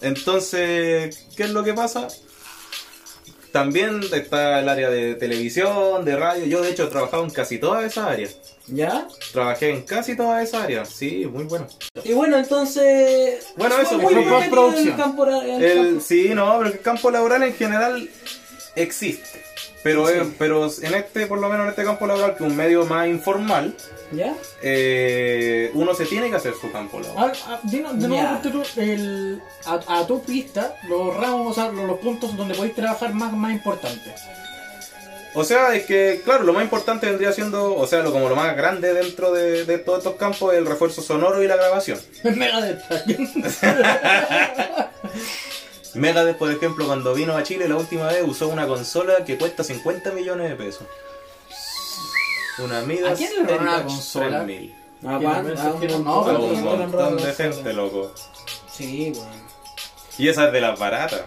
E: Entonces, ¿qué es lo que pasa? También está el área de televisión, de radio. Yo, de hecho, he trabajado en casi todas esas áreas.
D: ¿Ya?
E: Trabajé en casi todas esas áreas. Sí, muy bueno.
D: Y bueno, entonces.
E: Bueno, eso,
D: muy bien
E: sí.
D: metido en el
C: Postproducción.
D: campo laboral. en el
E: El,
D: campo-
E: sí, no, pero el campo laboral en general existe. Pero, eh, pero en este, por lo menos en este campo laboral, que es un medio más informal,
D: ¿Ya? Ah,
E: eh, uno se tiene que hacer su campo laboral.
C: Ahora, ah, dinos de
D: Ya.
C: nuevo ponte tú, el, a, a tu pista los ramos, o sea, los, los puntos donde podéis trabajar más, más importantes.
D: Ah.
E: O sea, es que, claro, lo más importante vendría siendo, o sea, lo, como lo más grande dentro de, de todos estos campos es el refuerzo sonoro y la grabación.
C: Mega detalle.
E: Megadeth, por ejemplo, cuando vino a Chile la última vez, usó una consola que cuesta 50 millones de pesos. Una Midas
C: ¿A quién le robaron una
E: Heritage
C: consola?
E: 3000.
D: Ah,
C: Que
D: bueno,
C: también
D: ah,
C: surgieron
D: un montón,
E: A
C: pero
E: un
D: un montón en
E: montón de
D: redes sociales.
E: gente, loco.
D: Sí, bueno.
E: Y esa es de las baratas.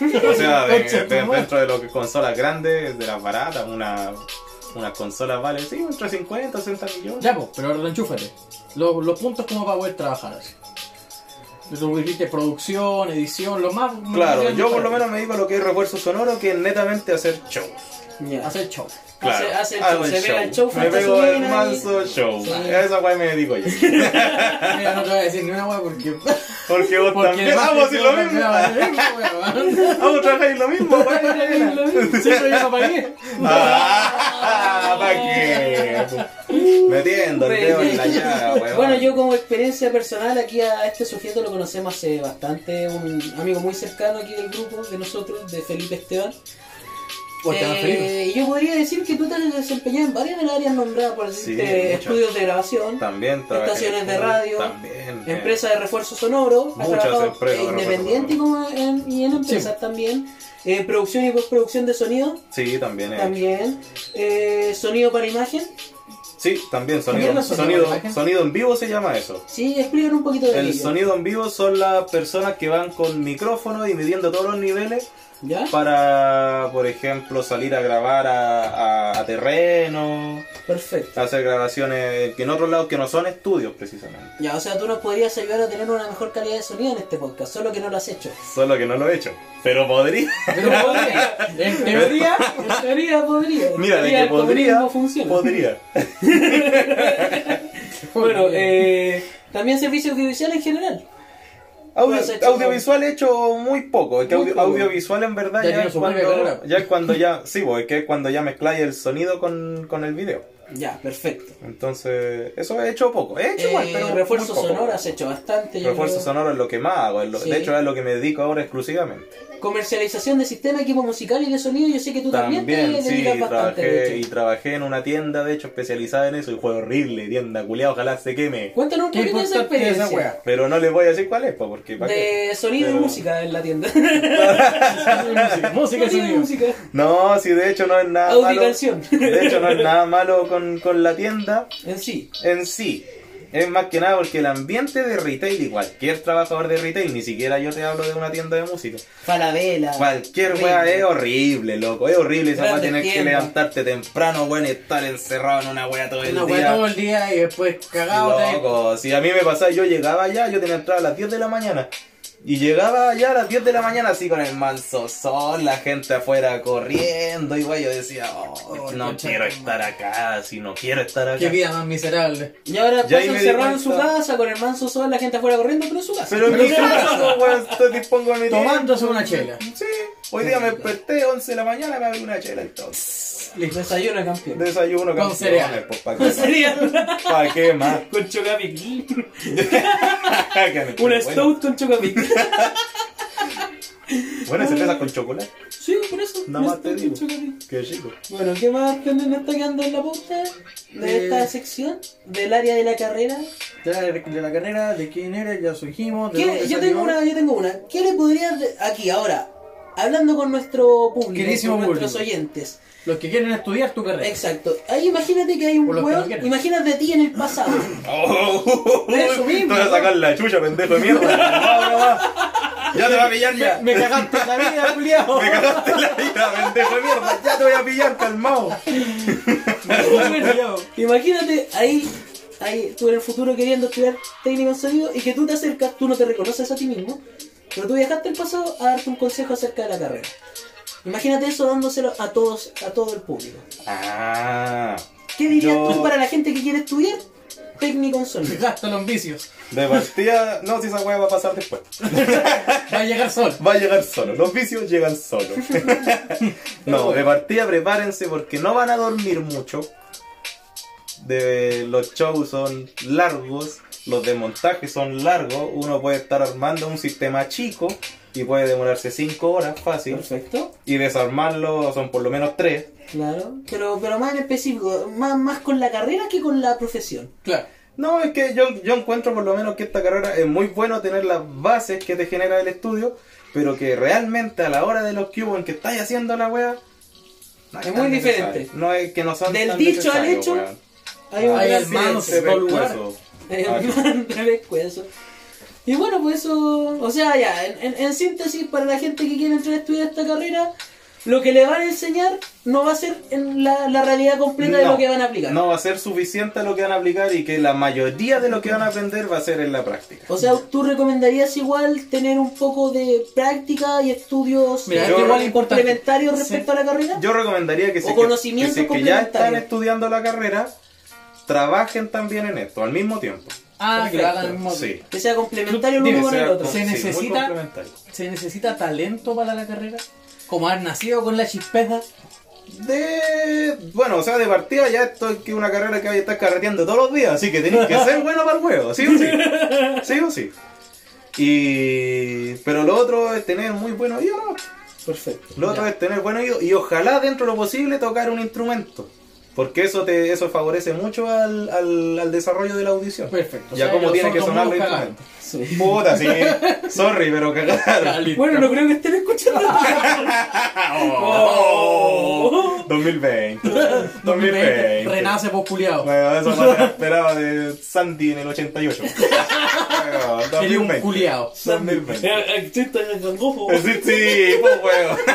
E: O sea, de-
C: Concha tu
E: de-
C: madre.
E: dentro de lo que consolas grandes, de las baratas, una, una consola vale, sí, entre 50, 60 millones.
C: Ya, pues, pero ahora enchúfate. Los, los puntos como para poder trabajar así. Tú dijiste producción, edición, lo más.
E: Claro,
C: más
E: yo por lo
C: para
E: menos me digo lo que es refuerzo sonoro, que es netamente hacer show.
D: Ya.
C: Hacer show.
E: Claro,
D: Hace- hace el
E: hago
D: show, se pega el show
E: Me pego
D: fantasmina
E: el
D: y-
E: manso show.
D: Sí.
E: A Esa guay me dedico yo.
C: Mira, no te voy a decir ni una wea porque.
E: Porque vos también. Vamos a hacer lo mismo. Vamos a trabajar en lo mismo, weón.
C: Siempre yo no pagué.
E: Ah, ¿Para qué? Metiendo el dedo en la llaga, weón.
D: Bueno, yo como experiencia personal aquí a este sujeto lo conocemos hace bastante, un amigo muy cercano aquí del grupo de nosotros, de Felipe Esteban.
C: Porque más feliz.
D: Eh, yo podría decir que tú te has desempeñado en varias de las áreas nombradas, por decirte,
E: muchas.
D: estudios de grabación,
E: También trabajé
D: Estaciones
E: en-
D: de radio,
E: También. eh.
D: empresas de refuerzo sonoro, has
E: Muchas
D: trabajado,
E: empresas de
D: eh,
E: refuerzo
D: independiente como en- y en empresas también, eh, producción y postproducción de sonido
E: Sí, también. eh.
D: también, eh, sonido para imagen.
E: Sí,
C: ¿También
E: también. Sonido,
C: los sonidos de
E: sonido,
C: imagen?
E: sonido en vivo se llama eso.
D: Sí, explícanos un poquito de
E: El
D: ello.
E: sonido en vivo son las personas que van con micrófono y midiendo todos los niveles
G: ¿Ya?
E: para, por ejemplo, salir a grabar a, a- a terreno,
D: Perfecto.
E: hacer grabaciones que en otros lados que no son estudios precisamente.
D: Ya, o sea, tú nos podrías ayudar a tener una mejor calidad de sonido en este podcast, solo que no lo has hecho.
E: Solo que no lo he hecho. Pero podría.
G: Pero podría. En teoría, en teoría podría. En
E: Mira, de
G: teoría
E: que
G: el
E: podría.
G: comunismo funciona.
E: Podría.
D: Bueno,
G: Bien.
D: eh, también servicios audiovisuales en general.
E: Audio-
D: Lo has hecho
E: audiovisual he hecho muy poco. Es que
G: Muy
E: audio-
G: poco.
E: audiovisual en verdad
G: Ya
E: ya,
G: tiene
E: es
G: su propia
E: cuando,
G: carrera.
E: ya es cuando ya. Sí, vos, es que es cuando ya mezcláis el sonido con, con el video.
D: Ya, perfecto.
E: Entonces, eso he hecho poco. He hecho igual,
D: Eh,
E: pero.
D: refuerzo
E: muy poco.
D: sonoro has hecho bastante. yo
E: Refuerzo
D: creo.
E: sonoro es lo que más hago. es lo-
D: Sí.
E: De hecho, es lo que me dedico ahora exclusivamente.
D: Comercialización de sistema, equipo musical y de sonido. Yo sé que tú también,
E: También,
D: te
E: sí,
D: dedicas bastante.
E: trabajé,
D: de
E: y
D: hecho.
E: trabajé en una tienda, de hecho, especializada en eso, y fue horrible, tienda culiada, ojalá se queme.
D: Cuéntanos un
C: Qué
D: poquito de esa
C: importante
D: experiencia.
C: esa wea.
E: Pero no les voy a decir cuál es, po, porque ¿pa' qué?
D: De sonido y
E: Pero-
D: música en la tienda.
G: Música, música y
D: sonido y
G: sonido.
D: música.
E: No, sí, de hecho no es nada
D: Audicanción.
E: malo. De hecho no es nada malo con, con la tienda
D: En sí.
E: en sí. Es más que nada porque el ambiente de retail y cualquier trabajador de retail, ni siquiera yo te hablo de una tienda de música.
D: Falabella.
E: Cualquier
D: Ringo.
E: weá es horrible, loco. Es horrible esa weá
D: Grandes
E: tener que
D: tiendas.
E: levantarte temprano, weón, y estar encerrado en una weá todo el
G: Una
E: día.
G: wea todo el día y después cagado. te-
E: Loco, si a mí me pasaba, yo llegaba allá, yo tenía entrada a las 10 de la mañana. Y llegaba allá a las 10 de la mañana así con el manso sol, la gente afuera corriendo y güey, yo decía, oh,
G: Oh,
E: no
G: concha
E: quiero
G: de tu
E: estar
G: madre.
E: acá, si no quiero estar acá.
G: Qué vida más miserable.
D: Y ahora
E: Ya ahí
D: pasan
E: me di
D: cerrado en su
E: cuenta.
D: casa con el manso sol, la gente afuera corriendo, pero en su casa.
E: Pero en mi caso, güey, estoy dispongo de mi tiempo.
G: Tomándose una chela.
E: Sí, hoy día me desperté 11 de la mañana, me abrí una chela y todo.
D: Desayuno campeón.
E: Desayuno
G: Con cereal.
E: ¿Para qué más? ¿Pa' qué más?
D: Con chocapic.
E: Que me-
D: Una
E: bueno,
D: stout con chocapic.
E: Bueno, cerveza con chocolate.
D: Sí, por eso.
E: Nada más
D: Una
E: te
D: stout
E: digo.
D: con chocapic.
E: Qué rico.
D: Bueno, ¿qué más que nos está quedando en la pauta de
G: Eh.
D: esta sección? ¿Del área de la carrera?
C: De la, de la carrera, de quién era, ya surgimos.
D: ¿Qué- yo tengo una, yo tengo una. ¿Qué le podrías de- aquí ahora? Hablando con nuestro público,
G: Queridísimo
D: con nuestros
G: público.
D: oyentes.
G: Los que quieren estudiar tu carrera.
D: Exacto. Ahí imagínate que hay un
G: O los que no
D: hueón,
G: quieren.
D: imagínate a ti en el pasado.
E: Oh,
G: Eso mismo,
E: Te vas a sacar la chucha, pendejo de mierda. No, no, no. Ya te va a pillar ya.
G: Me cagaste la vida, culiao.
E: Me cagaste la vida, pendejo de mierda. Ya te voy a pillar, calmado.
D: imagínate ahí, ahí tú en el futuro queriendo estudiar técnico en sonido y que tú te acercas, tú no te reconoces a ti mismo, pero tú viajaste al pasado a darte un consejo acerca de la carrera. Imagínate eso dándoselo a todos, a todo el público.
E: Ah.
D: ¿Qué dirías
E: Yo-
D: tú para la gente que quiere estudiar técnico en sonido?
G: Gasta los vicios.
E: De partida, no, si esa weá va a pasar después.
G: Va a llegar sol.
E: Va a llegar solo, los vicios llegan solo. No, de partida prepárense porque no van a dormir mucho. De, los shows son largos, los desmontajes son largos, uno puede estar armando un sistema chico y puede demorarse 5 horas fácil.
D: Perfecto.
E: Y desarmarlo son por lo menos 3.
D: Claro, pero, pero más en específico, más, más con la carrera que con la profesión.
G: Claro.
E: No, es que yo, yo encuentro por lo menos que esta carrera es muy bueno tener las bases que te genera el estudio, pero que realmente a la hora de los cubos en que estáis haciendo la wea, no
D: Es
E: tan
D: muy
E: necesario.
D: diferente.
E: No es que no son
D: Del
E: tan
D: dicho al
E: necesarios,
D: hecho,
E: weón.
D: Hay un
E: Ah,
G: Hay
D: gran
E: sí,
G: hermanos
E: se
G: en todo lugar.
E: pescuezo.
D: Eh,
E: Ah,
D: Andrés Cueso. Y bueno, pues eso, o sea, ya, en, en- en síntesis, para la gente que quiere entrar a estudiar esta carrera, lo que le van a enseñar no va a ser en la, la realidad completa de
E: No,
D: lo que van a aplicar.
E: No va a ser suficiente lo que van a aplicar y que la mayoría de lo que van a aprender va a ser en la práctica.
D: O sea, tú recomendarías igual tener un poco de práctica y estudios
G: Mira,
D: eh,
E: yo-
D: igual complementarios respecto a la carrera.
E: Yo recomendaría que si,
D: O
E: es que-
D: conocimiento
E: que, si es que ya están
D: complementario.
E: estudiando la carrera, trabajen también en esto al mismo tiempo.
G: Ah, que lo hagan
D: Perfecto.
G: al mismo
E: Sí.
D: Que sea complementario el
G: Dime,
D: uno con
E: sea
D: el otro.
E: com-
G: Se
E: sí, muy
G: necesita-
E: complementario.
G: ¿Se necesita talento para la carrera? Como haber nacido con la chispeza.
E: De. Bueno, o sea, de partida ya esto es que una carrera que vaya a estar carreteando todos los días, así que tenéis que ser bueno para el huevo, sí o sí. Sí o sí. Y. Pero lo otro es tener muy buen oído, ¿no?
D: Perfecto.
E: Lo otro es tener buen oído y ojalá dentro de lo posible tocar un instrumento. Porque eso te eso favorece mucho al, al, al desarrollo de la audición. Ya
G: Perfecto. O sea,
E: como
G: los
E: tiene que
G: sordos
E: sonar los
G: mudos
E: instrumentos. Puta, sí. Sorry, pero cagaron.
D: Bueno, no creo que estén escuchando.
E: Oh. 2020. 2020.
G: Renace posculiado.
E: Bueno, eso más esperaba de Sandy en el 88. Bueno,
C: Sería un
E: 2020.
C: culiao.
E: 2020.
H: Existe el cangufo.
E: Eh, Sí, sí, pues, weón.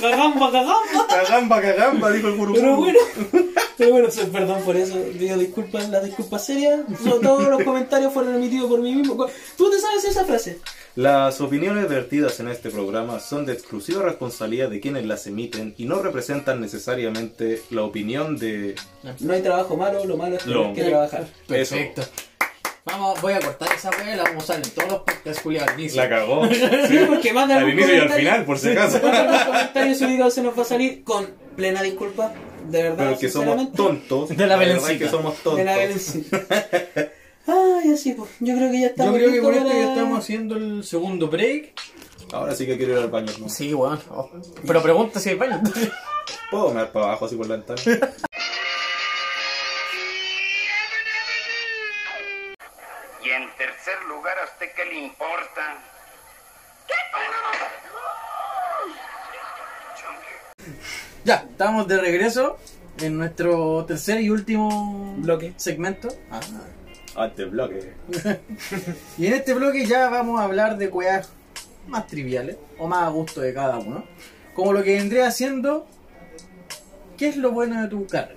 H: Cagamba, cagamba.
E: Cagamba, cagamba, dijo el gurú.
D: Pero bueno, pero bueno, se- perdón por eso. Digo, disculpas, la disculpa seria. No todos los comentarios fueron emitidos por mí mismo. ¿Tú te sabes esa frase?
E: Las opiniones vertidas en este programa son de exclusiva responsabilidad de quienes las emiten y no representan necesariamente la opinión de...
D: No hay trabajo malo, lo malo es tener
E: Lo-
D: que trabajar.
C: Perfecto. Vamos, voy a cortar esa wea y la vamos a usar en todos los podcasts culiados.
E: La cagó.
D: Sí, porque mandan
E: Al
D: un
E: inicio y al
D: comentario-
E: final, por si acaso.
D: mandan un comentario ubicado se nos va a salir con plena disculpa, de verdad,
E: Pero que somos
D: sinceramente.
E: tontos.
I: De la
E: verdad
I: Belencita.
E: que somos
D: De
E: tontos.
D: la Belencina. Ay, así pues, yo creo que ya
C: Yo
D: estamos
C: creo que
D: listos
C: con esto
D: para-
C: ya estamos haciendo el segundo break.
E: Ahora sí que quiero ir al baño. ¿no?
I: Sí, weón. Oh, Pero pregunta si hay baño.
E: ¿Puedo mirar para abajo así por la ventana?
B: Y en tercer lugar, ¿a usted qué le importa?
C: Ya, estamos de regreso en nuestro tercer y último bloque segmento.
E: Ah. Antes este bloque.
C: Y en este bloque ya vamos a hablar de cuevas más triviales o más a gusto de cada uno. Como lo que vendré haciendo, ¿qué es lo bueno de tu carrera?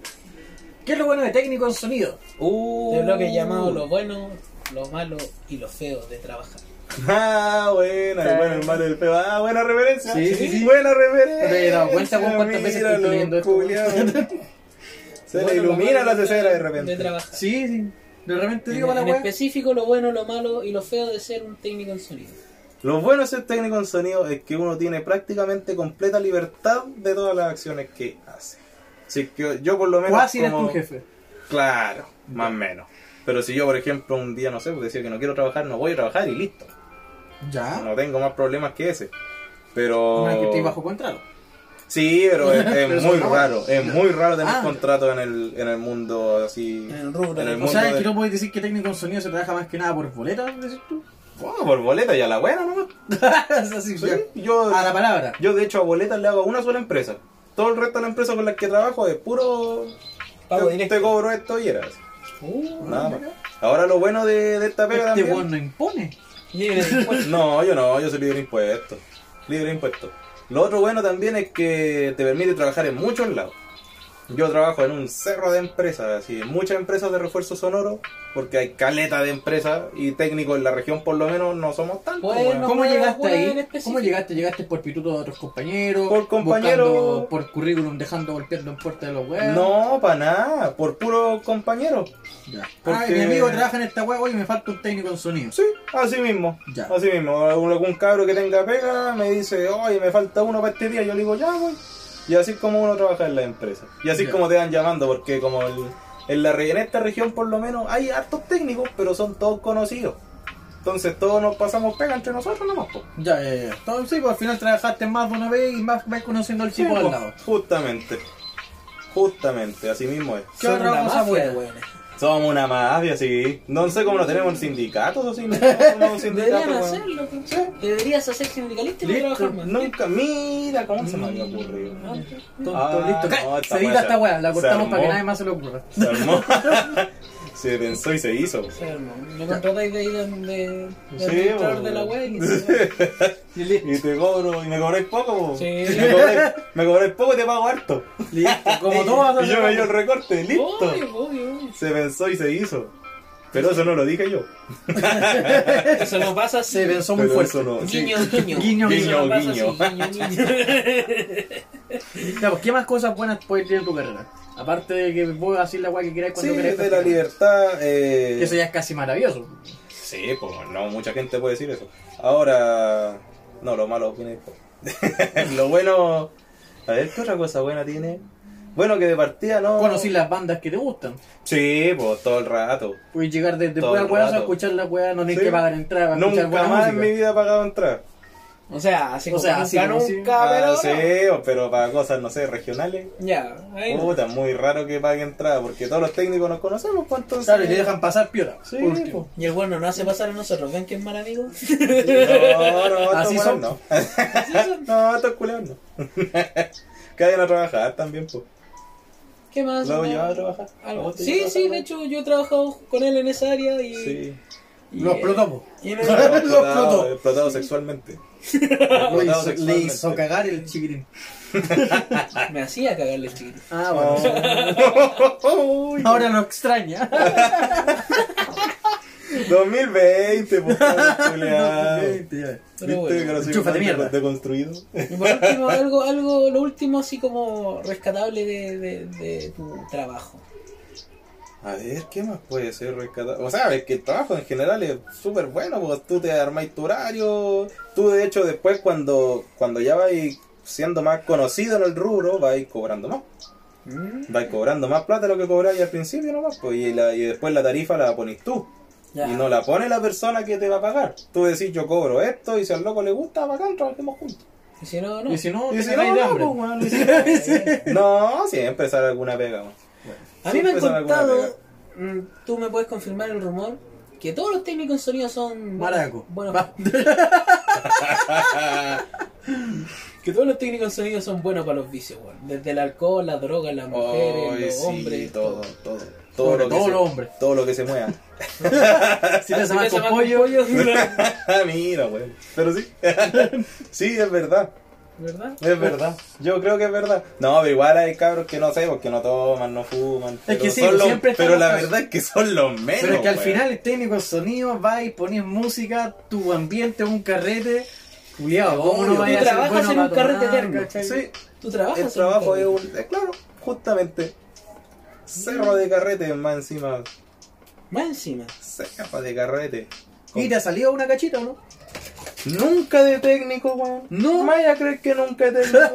C: ¿Qué es lo bueno de técnico en sonido?
D: Este bloque llamado
E: Uh.
D: lo bueno, lo malo y lo feo de trabajar.
E: Ah, buena, el bueno, el malo, el feo. Ah, buena reverencia.
C: Sí, sí, sí.
E: Buena reverencia.
C: ¿No te has dado cuenta, weón, cuántas veces estoy
E: Míralo,
C: leyendo esto?
E: culiao. Se le
D: Bueno, lo
E: ilumina
D: malo
E: la
D: y lo feo
E: cesera de repente.
D: De trabajar.
C: Sí, sí. De repente
D: En,
C: digo para
D: en
C: la wea.
D: específico, lo bueno, lo malo y lo feo de ser un técnico en sonido.
E: Lo bueno de ser técnico en sonido es que uno tiene prácticamente completa libertad de todas las acciones que hace. Así que yo por lo menos...
C: Cuasi eres
E: como-
C: tu jefe.
E: Claro, más o menos. Pero si yo, por ejemplo, un día, no sé, pues decía que no quiero trabajar, no voy a trabajar y listo.
C: Ya.
E: No tengo más problemas que ese. Pero...
C: No es que estoy bajo contrato.
E: Sí, pero es, es
C: Pero
E: muy
C: son
E: raro. Es muy raro tener
C: Ah.
E: contrato en el, en el mundo así.
D: En el rubro.
E: En el
C: O
E: mundo
C: sea, es
E: de-
C: que no puedes decir que técnico en sonido se trabaja más que nada por boletas, decís tú.
E: Oh, por boleta y a la buena nomás.
C: Es así,
E: Sí,
C: ya.
E: yo,
C: A la palabra.
E: yo, de hecho, a boletas le hago a una sola empresa. Todo el resto de la empresa con la que trabajo es puro.
D: Pago
E: te-
D: directo.
E: Te cobro esto y era así.
D: Uh,
E: Nada más. Ahora lo bueno de, de esta pega
C: Ah, Este
E: también-
C: weón no impone.
D: libre de impuestos.
E: No, yo no, yo soy libre de impuestos. Libre de impuestos. Lo otro bueno también es que te permite trabajar en muchos lados. Yo trabajo en un cerro de empresas, así, en muchas empresas de refuerzo sonoro, porque hay caleta de empresas y técnicos en la región por lo menos no somos tantos.
D: Bueno,
E: weón.
C: ¿Cómo
D: puede
C: llegaste
D: alguna en
C: ahí?
D: específico.
C: ¿Cómo llegaste? ¿Llegaste por pituto de otros compañeros?
E: este Por compañero.
C: buscando Por currículum, dejando golpeando en puerta de los weas.
E: No, para nada, por puro compañero.
C: Ya.
E: Porque-
C: Ay, mi amigo trabaja en esta wea, oye, me falta un técnico en sonido.
E: Sí, así mismo.
C: Ya.
E: Así mismo. Algún, algún cabro que tenga pega me dice, oye, me falta uno para este día. Yo le digo, ya, voy. Y así es como uno trabaja en la empresa. Y así es
C: Ya.
E: como te van llamando, porque como el- en, la, re- en esta región por lo menos hay hartos técnicos, pero son todos conocidos. Entonces todos nos pasamos pega entre nosotros nomás. po.
C: Ya, ya, ya. Entonces, sí, pues al final trabajaste más de una vez y más vas conociendo al
E: Sí, pues.
C: tipo
E: po.
C: al lado.
E: Justamente. Justamente, así mismo es.
C: ¿Qué
D: Son
C: otra
D: la
C: cosa
D: mafia,
C: buena?
D: weón.
E: Somos una mafia, sí. No sé cómo no tenemos sindicatos o si no tenemos un sindicato,
D: Deberían
E: weón.
D: hacerlo. pues. Deberías hacer sindicalista y no
E: Listo,
D: trabajar más.
E: nunca, mira cómo se me había ocurrido.
C: Tonto,
E: Ah,
C: listo.
E: no,
C: Ca- se edita
E: esta wea
C: esta
E: se-
C: wea, la
E: se
C: cortamos para que
E: armó.
C: nadie más se le ocurra.
E: Se armó. se pensó y se hizo.
D: O sea, no, Me contratáis de ahí de, de, de
E: Sí,
D: administrador
E: weón.
D: de la web y se-
C: Y listo,
E: Y te cobro, y me cobráis poco.
D: Sí.
E: Me cobráis, me cobráis poco y te pago harto.
C: listo. Como todos
E: Y yo me dio el recorte, listo.
D: Obvio, obvio, obvio.
E: Se pensó y se hizo. Pero eso no lo dije yo.
D: Eso no pasa así.
C: se pensó muy
E: Pero
C: fuerte.
E: eso no, sí.
D: Guiño, guiño.
C: Guiño,
D: Eso no
E: guiño,
D: pasa
E: guiño.
D: así, guiño, guiño.
C: Ya, pues, ¿qué más cosas buenas puedes tener en tu carrera? Aparte de que puedo decir la wea que quieras
E: Sí,
C: cuando quieras.
E: de la libertad. eh,
C: Que eso ya es casi maravilloso.
E: Sí, pues no, mucha gente puede decir eso. Ahora, no, lo malo viene después. lo bueno, a ver, ¿qué otra cosa buena tiene? Bueno, que de partida no.
C: Conocí las bandas que te gustan.
E: Sí, pues todo el rato.
C: Puedes llegar desde
E: Todo
C: pura
E: el
C: weá a
E: rato.
C: escuchar la weá, no tienes
E: Sí.
C: que pagar entrada para
E: Nunca
C: escuchar buena
E: más en mi
C: música.
E: vida he pagado entrada.
D: O sea, así
C: O
D: como
C: sea,
D: nunca,
C: así como así.
D: nunca, pero
E: Ah,
D: no.
E: sí, pero para cosas, no sé, regionales.
D: Ya, ahí no.
E: Puta, muy raro que pague entrada, porque todos los técnicos nos conocemos, pues entonces.
C: Claro, y te dejan pasar piola.
E: Sí,
C: por último.
D: Y el bueno no hace pasar a nosotros, ven que es mal amigo.
E: No, no, estos
C: Así
E: buenos
C: son.
E: no. no, estos culeos no. que vayan a trabajar también, pues.
D: ¿Qué más?
E: Luego
D: No,
E: yo a trabajar.
D: algo.
E: Luego te
D: Sí,
E: llevo a
D: sí,
E: trabajar.
D: de hecho yo he trabajado con él en esa área y
E: Sí.
C: Lo explotamos.
G: Y en el-
C: Lo
E: Explotado,
C: explotó.
E: explotado sexualmente.
C: Lo
E: Explotado
C: hizo- Le
E: sexualmente.
C: hizo cagar el chiquitín.
G: Me hacía cagarle el chiquito.
C: Ah, bueno.
E: Oh.
C: Ahora lo extraña.
E: 2020, por favor, culiao.
C: Veinte, pues, ya.
G: Pero
E: ¿Viste
G: bueno,
E: que ahora soy
C: enchúfate
E: un
C: mierda.
E: deconstruido?
G: Y por último, algo, algo, lo último así como rescatable de, de, de tu trabajo.
E: A ver, ¿qué más puede ser rescatado? O sea, es que el trabajo en general es súper bueno, pues tú te armáis tu horario. Tú, de hecho, después cuando, cuando ya vais siendo más conocido en el rubro, vais cobrando más.
G: Mm.
E: Vais cobrando más plata de lo que cobráis al principio nomás, pues, y, la- y después la tarifa la pones tú.
G: Ya.
E: Y no la pone la persona que te va a pagar. Tú decís, yo cobro esto, y si al loco le gusta, bacán, trabajemos juntos.
G: Y si no, no.
C: Y si no,
E: Y
C: tiene
E: si no,
C: hambre.
E: no, pues, weón, y si no, no, siempre sale alguna pega, weón.
G: A mí me han
E: Siempre sale alguna
G: contado, mm, tú me puedes confirmar el rumor, que todos los técnicos en sonido son...
C: Maraco.
G: Bueno,
C: Va.
G: que todos los técnicos en sonido son buenos para los vicios, weón. Desde el alcohol, la droga, las mujeres,
E: Ay,
G: los
E: sí,
G: hombres.
E: todo, todo.
C: Sobre
E: que
C: todo
E: se-
C: los hombres.
E: Todo lo que se mueva.
C: Si te
G: Si te
C: amas con
G: llaman
C: pollo,
G: ¿verdad?
E: Mira, güey. Pero sí. sí, es verdad.
G: ¿Verdad?
E: Es verdad. Yo creo que es verdad. No, pero igual hay cabros que no sé, porque no toman, no fuman. pero
C: que sí,
E: son los-
C: siempre están
E: Pero
C: los
E: la
C: casos.
E: verdad es que son los menos.
C: Pero es que al
E: güey.
C: final el técnico de sonido va y pones música, tu ambiente, un carrete. Juliado, ¿cómo no
G: Tú
C: vaya a ser
G: trabajas
C: bueno
G: en
C: para
G: un carrete
C: tomar,
G: eterno.
C: cachai?
E: Sí,
G: Tú trabajas. en
E: el
G: un
E: trabajo es
G: técnico.
E: un. eh, claro, justamente. Cerro de carrete, más encima.
G: Más encima.
E: Cerro de carrete.
C: ¿Y te ha salido una cachita o no?
E: Nunca de técnico, weón.
C: No.
E: Maya crees que nunca de técnico.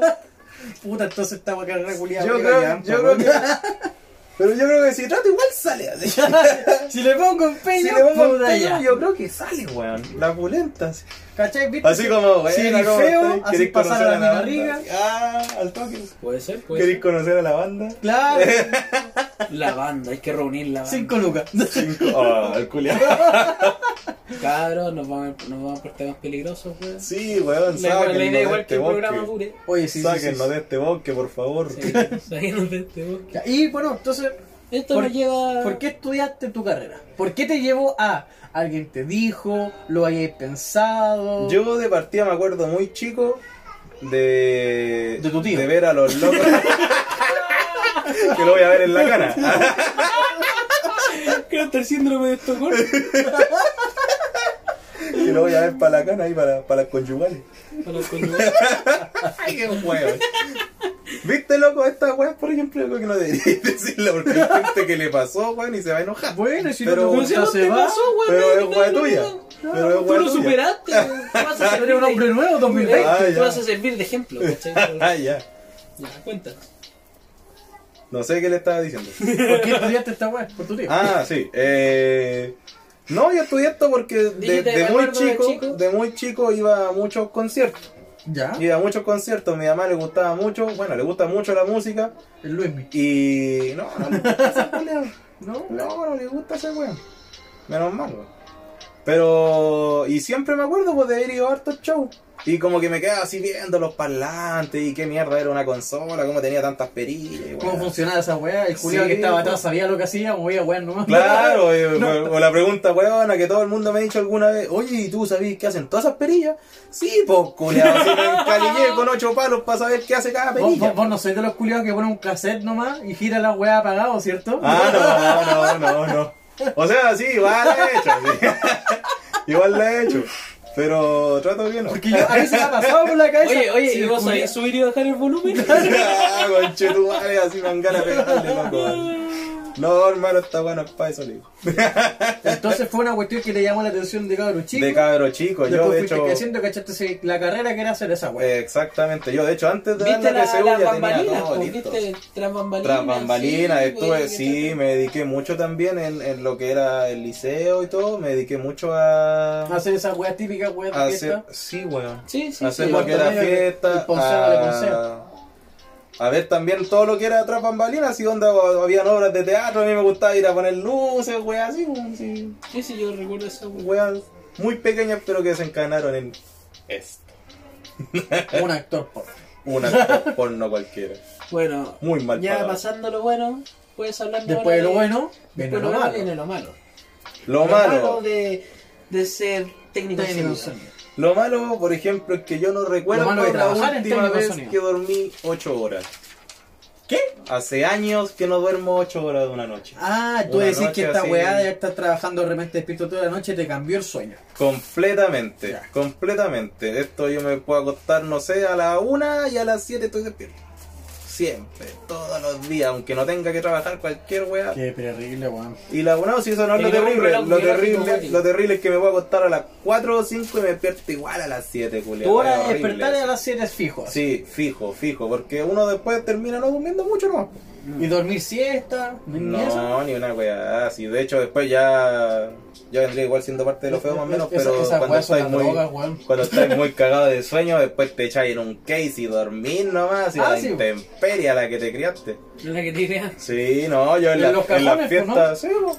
C: Puta, entonces esta carrera culiada.
E: Yo creo, yo creo que. Pero yo creo que si trato igual sale así.
C: Si le pongo empeño,
E: si le pongo
C: puta,
E: empeño,
C: ya.
E: yo creo que sale, weón. La pulenta. Así,
C: ¿Cachai? ¿Viste?
E: como,
C: Si
E: buena,
C: eres
E: ¿cómo
C: feo,
E: estáis?
C: así
E: ¿Queréis
C: pasar a
E: conocer
C: la
E: banda?
C: barriga.
E: Ah, al toque.
G: Puede ser, puede
E: ¿Queréis
G: ser.
E: conocer a la banda?
C: Claro,
G: La banda, hay que reunir la banda.
C: cinco lucas.
E: Oh, al culiado.
G: Cabros, nos vamos, nos vamos por temas peligrosos, weón.
E: Sí, weón,
G: La, la
E: sáquenlo
G: idea
E: de
G: igual
E: este
G: que el programa
E: bosque.
G: dure.
C: Oye, sí, sí, sí.
E: Sáquenlo de este bosque, por favor.
G: Sí, saliendo de este bosque.
C: Ya, Y bueno, entonces,
G: Esto
C: ¿Por-
G: nos lleva.
C: ¿por qué estudiaste tu carrera? ¿Por qué te llevó a alguien te dijo, lo hayáis pensado?
E: Yo de partida me acuerdo muy chico de.
C: De tu tío.
E: De ver a los locos. que lo voy a ver en la cara.
G: ¿Qué hasta el síndrome de Estocolmo?
E: que lo voy a ver para la cana y para, para las conyugales.
G: Para los conyugales.
E: Ay, qué huevo. ¿Viste, loco? Estas weas, por ejemplo, yo creo que no deberíais decirla porque hay gente que le pasó, weón, y se va a enojar.
C: Bueno, si
E: Pero-
C: no te
E: Pero si
C: gusta,
G: no
C: se
G: te
C: va.
G: pasó, weón.
E: Pero
G: no,
E: es
G: no,
E: wea
G: no,
E: tuya.
G: no.
E: Pero es
G: Tú
E: wea
G: lo
E: tuya.
G: superaste. weón. Tú vas a
C: Eres
G: servir
C: un
G: de-
C: hombre nuevo, 2020.
E: Ah,
G: Tú
E: ya.
G: vas a servir de ejemplo, ¿cachai?
E: Ah, ya.
G: Ya, cuéntanos.
E: No sé qué le estaba diciendo.
C: ¿Por qué estudiaste esta weá? Por tu tío.
E: Ah, sí. Eh, no, yo estudié esto porque de,
G: Dijiste,
E: de
G: me
E: muy
G: acuerdo de
E: chico,
G: chico.
E: de muy chico iba a muchos conciertos.
C: Ya,
E: Iba a muchos conciertos, mi mamá le gustaba mucho, bueno, le gusta mucho la música
C: el Luismi.
E: y no, no le gusta esa culea.
C: ¿No?
E: No, no le gusta ese weón. Menos mal, weón. Pero. Y siempre me acuerdo pues, de haber ido a hartos show. Y como que me quedaba así viendo los parlantes y qué mierda era una consola, cómo tenía tantas perillas. y
C: ¿Cómo
E: weá.
C: funcionaba esa weá? El culiao
E: Sí,
C: que estaba atrás
E: pues.
C: sabía lo que hacía, movía weá nomás.
E: Claro, eh, o- o la pregunta weona que todo el mundo me ha dicho alguna vez, oye, ¿y tú sabés qué hacen todas esas perillas? Sí, pues culiao, si me encalillé con ocho palos para saber qué hace cada
C: Vos,
E: perilla.
C: vos- vos no sois de los culiados que ponen un cassette nomás y gira la weá apagado, ¿cierto?
E: Ah, no, no, no, no. O sea, sí, igual la he hecho. sí. igual la he hecho. Pero trato que no.
C: Porque yo, a mí se me ha pasado por la cabeza.
G: Oye, oye,
C: Sí,
G: ¿y vos
C: culiao.
G: sabés subir y bajar el volumen?
E: Ah, conchetumare, así me dan ganas de pegarle, loco. man. No, hermano, está bueno, es pa' eso, le digo.
C: Entonces fue una cuestión que te llamó la atención de cabros chicos.
E: De cabro chico, yo
C: Después
E: de
C: fuiste
E: hecho.
C: creciendo, cachaste ese- la carrera que era hacer esa weá.
E: eh, Exactamente, yo de hecho antes de
G: ¿Viste
E: dar la
G: las
E: PSU
G: las
E: ya tenía
G: bambalinas?
E: todo
G: po?
E: listo.
G: ¿Viste tras bambalinas?
E: Tras bambalinas,
G: Sí,
E: estuve,
G: weón,
E: sí,
G: que-
E: me dediqué mucho también en, en lo que era el liceo y todo, me dediqué mucho a...
C: Hacer esa weá típica, weá
E: a
C: de
E: hacer,
C: fiesta.
E: sí, weón.
G: Sí, sí,
E: hacer
G: sí.
E: lo que era
C: Bartolomé,
E: fiesta.
C: el Ponceo, la Ponceo.
E: A, a ver también todo lo que era tras bambalinas, y onda, o- habían obras de teatro, a mí me gustaba ir a poner luces, weá, así, weón, sí,
G: Sí, sí, yo recuerdo esa weón.
E: weas muy pequeñas pero que se encarnaron en esto.
C: Un actor, por favor.
E: Una porno cualquiera.
G: Bueno,
E: Muy mal
G: ya
E: pagado.
G: pasando lo bueno, puedes hablar
C: Después de lo bueno,
G: después
C: viene
G: de
C: lo
G: lo bueno
C: malo.
G: viene lo malo.
E: Lo malo,
G: de,
D: de ser técnico en
G: Técnico en
D: sonido.
G: sonido.
E: Lo malo, por ejemplo, es que yo no recuerdo
G: Lo malo de
E: la
G: trabajar en
E: última
G: técnico de
E: vez
G: sonido.
E: que dormí 8 horas.
G: ¿Qué?
E: Hace años que no duermo 8 horas de una noche.
G: Ah, tú
E: Una
G: decís
E: noche
G: que esta
E: así.
G: weá de estar trabajando de repente despierto toda la noche te cambió el sueño.
E: Completamente,
G: Ya.
E: completamente. Esto yo me puedo acostar, no sé, a la 1 y a las 7 estoy despierto. Siempre, todos los días, aunque no tenga que trabajar cualquier weá.
G: Qué terrible, weón.
E: Y la una, si eso no es lo
D: Y no
E: terrible.
D: reloj
E: Lo
D: biológico
E: terrible,
D: automático.
E: lo terrible es que me voy a acostar a las 4 o 5 y me despierto igual a las 7, culiado.
G: Tu hora de despertar a las 7 es fijo.
E: Sí, fijo, fijo, porque uno después termina no durmiendo mucho, ¿no?
G: Y dormir siesta, ni ni eso.
E: No, ni una weá así. De hecho, después ya, ya vendría igual siendo parte de lo feo más o menos,
G: Esa-
E: pero
G: esas
E: cuando
G: weas son
E: estáis
G: las
E: muy...
G: drogas, weón.
E: Cuando estáis muy cagado de sueño, después te echáis en un case y dormís nomás y a
G: Ah,
E: la
G: sí.
E: intemperie a la que te criaste.
D: La que te idea.
E: Sí, no, yo en,
G: En
E: la,
G: los
E: en las
G: cajones, pues,
E: fiestas, sí, bo.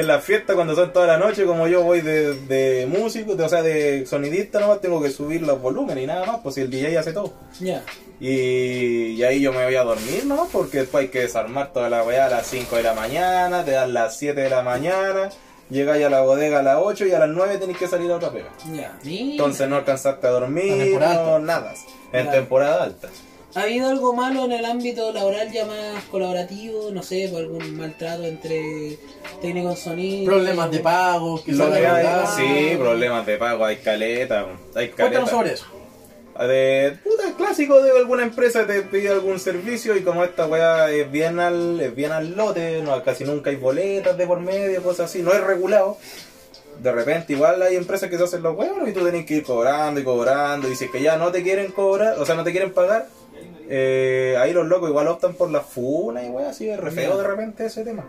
E: en las fiestas cuando son toda la noche, como yo voy de, de músico, de- o sea, de sonidista nomás, tengo que subir los volúmenes y nada más, pues si el DJ hace todo.
D: Ya.
E: Y, y ahí yo me voy a dormir, ¿no? Porque después hay que desarmar toda la weá a las 5 de la mañana, te dan las 7 de la mañana, llegáis a la bodega a las 8 y a las 9 tenéis que salir a otra pega.
D: Ya.
E: Entonces no alcanzaste a
G: En
E: dormir,
G: temporada
E: no,
G: alta.
E: nada. En
D: Claro.
E: temporada alta.
D: ¿Ha habido algo malo en el ámbito laboral ya más colaborativo? No sé, por algún maltrato entre técnico en sonido.
G: Problemas de pago, que
E: Lo
G: son
E: que
G: la
E: hay-
G: verdad.
E: sí, problemas de pago, hay caleta, hay caleta.
G: Cuéntanos sobre eso.
E: De puta clásico de alguna empresa te pide algún servicio y como esta weá es bien al, es bien al lote, no, casi nunca hay boletas de por medio, cosas así, no es regulado. De repente igual hay empresas que se hacen los huevos y tú tenés que ir cobrando y cobrando y si es que ya no te quieren cobrar, o sea, no te quieren pagar, eh, ahí los locos igual optan por la funa y weá, así es re feo de repente ese tema.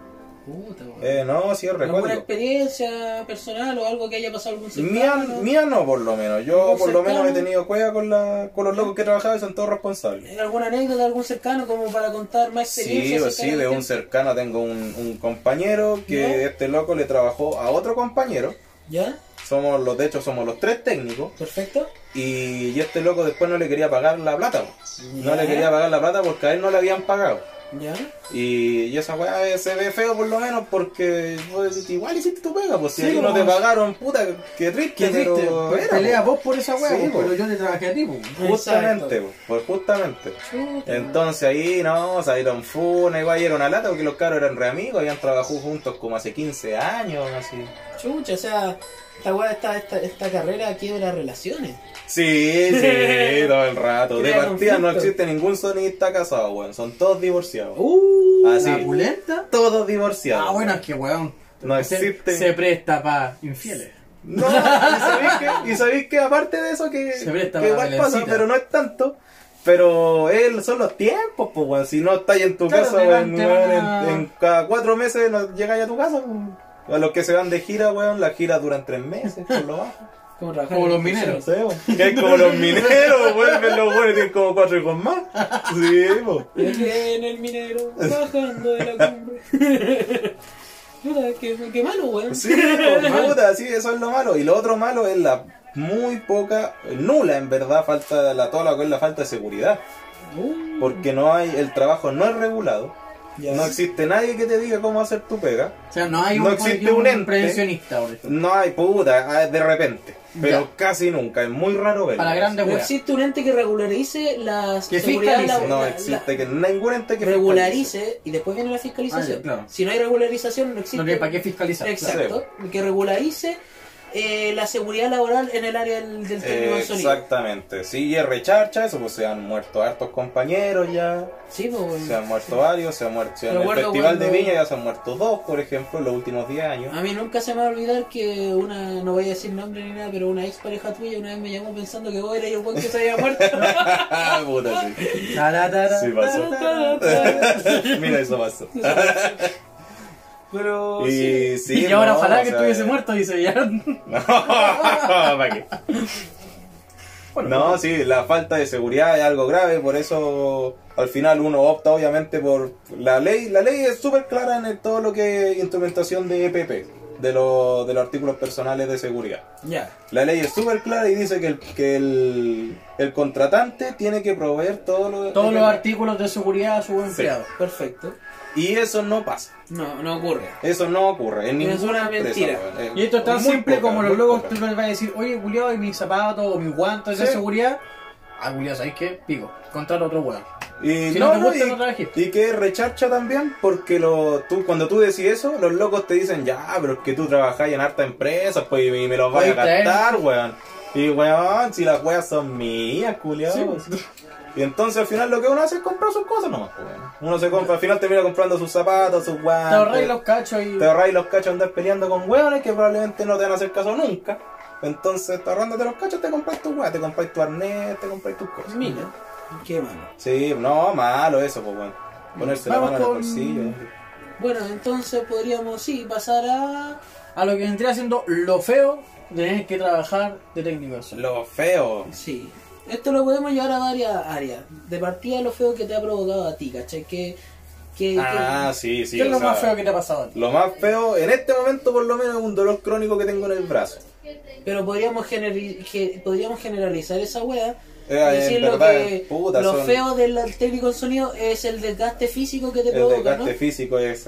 D: Puta, weón.
E: Eh, no, sí es re
D: ¿Alguna
E: cuático.
D: experiencia personal o algo que haya pasado algún
E: Mía,
D: cercano?
E: mía no, por lo menos. Yo
D: ¿Algún
E: por lo
D: cercano?
E: menos he tenido cueva con, la, con los locos que he trabajado y son todos responsables.
D: ¿Alguna anécdota de algún cercano como para contar más
E: Sí,
D: experiencias?
E: o sí, de un cercano tengo un, un compañero que
D: ¿Ya?
E: este loco le trabajó a otro compañero.
D: ¿Ya?
E: Somos los, de hecho, somos los tres técnicos.
D: ¿Perfecto?
E: Y, y este loco después no le quería pagar la plata. po. No
D: ¿Ya?
E: le quería pagar la plata porque a él no le habían pagado.
D: ¿Ya?
E: Y, y esa weá eh, se ve feo por lo menos porque vos decís, igual hiciste tu pega, pues si
G: Sí,
E: a ti no
G: pues,
E: te pagaron, puta, qué triste,
G: Qué triste. pues,
E: pero era,
G: Pelea
E: po.
G: vos por esa weá,
E: Sí,
G: po,
E: po.
G: pero yo te trabajé a ti, po.
E: Justamente, po, pues justamente.
D: Chuta.
E: Entonces ahí no, salieron funa, igual y era una lata porque los caros eran re amigos, habían trabajado juntos como hace 15 años, así.
D: Chucha, o sea, esta, weá, esta, esta, esta carrera quiebra relaciones.
E: Sí, sí, todo el rato. De
D: Crea
E: partida no
D: conflicto.
E: existe ningún sonista casado, weón. Son todos divorciados.
G: Uh,
E: Así.
G: la pulenta.
E: Todos divorciados.
G: Ah, bueno, es
E: weón.
G: que weón.
E: No
C: este
G: se,
E: existe.
G: se presta para infieles.
E: No, y sabéis que, y sabéis que aparte de eso que,
G: Se presta
E: que
G: para
E: igual
G: violencita.
E: pasa, pero no es tanto. Pero él son los tiempos, pues, weón. Si no estáis en tu
G: Claro,
E: casa,
G: te van-
E: weón,
G: te van
E: weón,
G: a-
E: en, en cada cuatro meses no llegáis a tu casa, weón. A los que se van de gira, weón, las giras duran tres meses, por lo bajo.
D: Como, trabajar
G: Como
D: en
G: los
D: el
G: mineros.
E: No sé, weón. Que es como los mineros, vuelven los weones, tienen como cuatro hijos más. Sí, weón.
D: crucero. En el minero, bajando de la cumbre. Chuta, qué, qué malo, weón.
E: Sí, pues, puta, sí, eso es lo malo. Y lo otro malo es la muy poca, nula en verdad, falta de la toda la, la falta de seguridad.
D: Uh,
E: Porque no hay, el trabajo no es regulado.
D: ya.
E: No existe nadie que te diga cómo hacer tu pega.
G: O sea, no hay
E: No
G: un,
E: existe
G: un
E: un ente.
G: prevencionista, por ejemplo.
E: No hay puta, ah, de repente. Pero
G: Ya.
E: casi nunca, es muy raro verlo.
G: Para grandes
D: No
G: weas.
D: existe un ente que regularice las
G: Que
D: seguridad
G: fiscalice.
D: laboral-
E: No
D: la-
E: existe que ningún ente que fiscalice.
D: regularice y después viene la fiscalización.
G: Ah, ya, claro.
D: Si no hay regularización, no existe.
G: No tiene para qué fiscalizar.
D: Exacto. Que regularice eh, la seguridad laboral en el área del, del
G: Eh,
D: técnico de sonido.
E: Exactamente, sí, y es recharcha, eso pues se han muerto hartos compañeros ya,
D: Sí, pues, bueno.
E: se han muerto varios, se han muerto en
D: Me
E: el
D: acuerdo
E: Festival de
D: cuando-
E: Viña ya se han muerto dos, por ejemplo, en los últimos 10 años.
D: A mí nunca se me va a olvidar que una, no voy a decir nombre ni nada, pero una ex pareja tuya una vez me llamó pensando que vos eras el buen que se había muerto.
E: Ah, puta, sí. Sí pasó. Mira, eso pasó.
D: pero sí.
E: Y, sí,
G: y ahora
E: no,
G: ojalá
E: o
G: que
E: sea,
G: estuviese muerto, dice ya.
E: No, ¿para qué? no, sí, la falta de seguridad es algo grave, por eso al final uno opta obviamente por la ley. La ley es súper clara en el- todo lo que es instrumentación de EPP, de, lo- de los artículos personales de seguridad.
D: Ya.
E: La ley es súper clara y dice que, el, que el, el contratante tiene que proveer todo lo
G: Todos los
E: EPP.
G: artículos de seguridad a su empleado.
D: Perfecto.
E: Y eso no pasa.
D: No, no ocurre.
E: Eso no ocurre en
D: Es una
E: ninguna empresa.
D: mentira.
E: weón. Eh,
C: Y esto es tan
E: muy
C: simple
E: poca,
C: como los
E: muy
C: locos
E: poca.
C: tú les vas a decir, oye, culiado, y mis zapatos o mis guantes de
E: Sí.
C: seguridad. Ah, culiado, ¿sabes qué? Pico, contrata otro weón.
E: Y
C: Si
E: no,
C: no te
E: no,
C: gusta,
E: y,
C: no trabajes.
E: y que es recharcha también, porque lo, tú, cuando tú decís eso, los locos te dicen, ya, pero es que tú trabajás en harta empresa, pues y me los vas a
C: Oye, traer.
E: gastar, weón. Y weón, si las weas son mías, culiado. Y entonces al final lo que uno hace es comprar sus cosas nomás, pues, weón. Uno se compra, al final termina comprando sus zapatos, sus
C: Te ahorráis
E: guantes.
C: los cachos y.
E: Ah, Te ahorráis los cachos de andar peleando con hueones que probablemente no te van a hacer caso nunca. Entonces, te ahorrándote los cachos, te compras tu weá, te compras tu arnés, te compras tus cosas.
D: Mira, qué malo.
E: Sí, no, malo eso, pues bueno. Ponerse la
C: Vamos
E: mano en el
C: con-
E: bolsillo.
D: Bueno, entonces podríamos, sí, pasar a.
C: A lo que vendría siendo lo feo de tener que trabajar de técnico de sonido.
E: Lo feo.
D: Sí. Esto lo podemos llevar a varias áreas. De partida, lo feo que te ha provocado a ti, ¿cachai? Que. que
E: Ah, sí, sí.
C: ¿Qué es
E: o
C: lo
E: sea,
C: más feo que te ha pasado a ti?
E: Lo más feo, en este momento por lo menos, es un dolor crónico que tengo en el brazo.
D: que- Pero podríamos, generi- ge- podríamos generalizar esa wea. Y
E: Eh, en
D: decir lo
E: verdad,
D: que
E: puta,
D: lo
E: son-
D: feo del técnico en sonido es el desgaste físico que te
E: El
D: provoca, ¿no?
E: desgaste físico es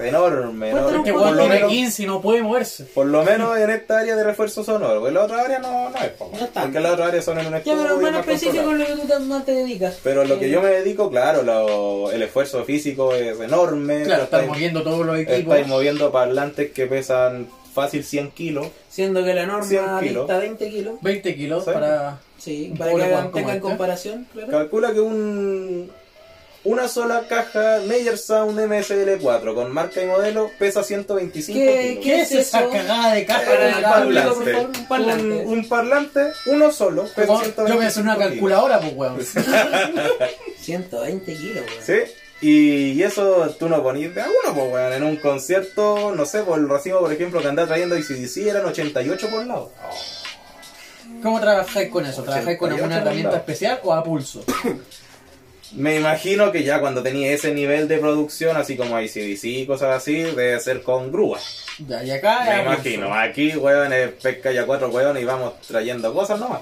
D: Cuéntame
E: enorme. enorme.
D: un
C: Que
D: poco.
E: Por,
C: weón
E: lo
C: tiene
E: menos,
C: 15 y no puede moverse.
E: por lo menos en esta área de refuerzo sonoro. En la otra área no, no es. po,
D: No es tanto.
E: porque en la otra área son en un
D: Ya,
E: estudio
D: pero
E: y
D: bueno,
E: más
D: específico
E: controlado.
D: en lo que tú tam- más te dedicas.
E: Pero lo que
D: Eh,
E: yo me dedico, claro, lo- el esfuerzo físico es enorme.
C: Claro, estás
E: estáis-
C: moviendo todos los equipos.
E: estáis moviendo parlantes que pesan fácil 100 kilos.
D: Siendo que la norma
E: 100 kilos.
D: dicta 20 kilos.
C: 20 kilos
E: Sí.
C: para.
D: Sí,
C: Un
D: para que
C: pobre
D: hagan-
C: Juan como
D: tengan
C: este.
D: comparación, claro.
E: Calcula que un una sola caja Meyer Sound MSL4 con marca y modelo pesa 125
D: ¿Qué-
E: kilos.
C: ¿Qué es esa cagada de caja
E: Para
C: de
E: el
C: la-
E: público,
D: por
E: parlante.
D: favor, un parlante.
E: Un, un parlante, uno solo, pesa
C: Como-
E: 125
C: Yo pensé en una
E: kilos.
C: calculadora, pues weón.
D: 120 kilos, weón.
E: Sí. Y y eso tú no ponís de a uno, pues, weón. En un concierto, no sé, por el racimo, por ejemplo, que andaba trayendo y si eran 88 por lado.
C: ¿Cómo trabajáis con eso? ¿Trabajáis con
E: 88
C: alguna herramienta
E: mandados.
C: especial o a pulso?
E: Me imagino que ya cuando tenía ese nivel de producción, así como ICDC y cosas así, debe ser con grúas.
C: Ya, y acá.
D: Ah,
E: Me
C: a pulso.
E: imagino, ah, aquí, weón, es pesca ya cuatro weón y vamos trayendo cosas nomás.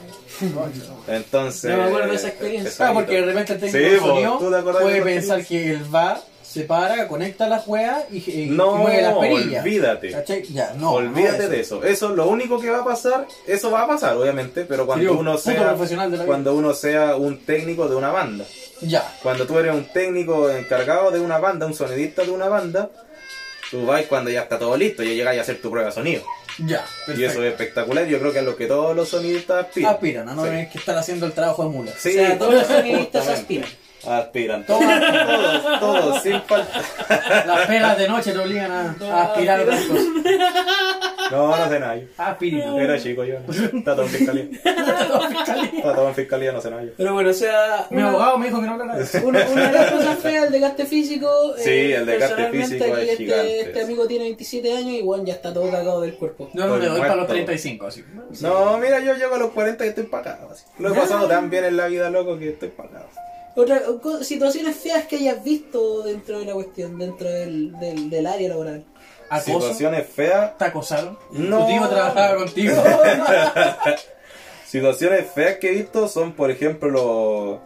E: Entonces. eh,
D: No me acuerdo de esa experiencia.
C: Ah, porque de repente el técnico
E: Sí,
C: de
E: vos,
C: sonido
E: ¿tú te acordás de
C: puede
E: los
C: pensar
E: técnicos?
C: que el va, se para, conecta las weas y, y- y
E: No,
C: mueve las perillas.
E: olvídate.
C: ¿Cachai? Ya, no.
E: Olvídate
C: no
E: de eso. Eso, lo único que va a pasar, eso va a pasar, obviamente, pero cuando
C: Sería un
E: uno
C: puto
E: sea.
C: profesional de la vida.
E: Cuando uno sea un técnico de una banda.
C: Ya.
E: Cuando tú eres un técnico encargado de una banda, un sonidista de una banda, tú vas cuando ya está todo listo, ya llegas a hacer tu prueba de sonido.
C: Ya,
E: Y eso
C: perfecto.
E: es espectacular, yo creo que es lo que todos los sonidistas aspiran.
C: Aspiran, a no
E: Sí.
C: tener que estar haciendo el trabajo de mula.
E: Sí,
D: O sea, todos los
E: justamente.
D: sonidistas aspiran.
E: Aspiran, todos, todos, todos, sin falta.
C: Las pelas de noche te obligan a, a aspirar a otras cosas.
E: No, no sé nada. yo.
C: Aspirina.
E: Era chico yo. no. Está todo en fiscalía. Está todo en fiscalía, no sé nada yo.
D: Pero bueno, o sea,
C: Mi
D: una-
C: abogado me dijo que no hablara de eso.
D: una, una de las cosas feas, el desgaste físico. eh,
E: Sí, el desgaste
D: personalmente
E: físico
D: aquí
E: es
D: este,
E: gigante.
D: este amigo tiene 27 años y bueno, ya está todo cagado del cuerpo.
C: Yo no
E: Estoy
C: te doy para los
E: muerto.
C: 35, así.
E: No, mira, yo llego a los 40 y estoy pagado. así. Lo he pasado tan bien en la vida, loco, que estoy pagado.
D: Otra co- situaciones feas que hayas visto dentro de la cuestión, dentro del, del, del área laboral.
C: Acoso.
E: Situaciones feas.
C: Te acosaron.
E: No.
C: Tu tío trabajaba contigo.
E: Situaciones feas que he visto son, por ejemplo, los...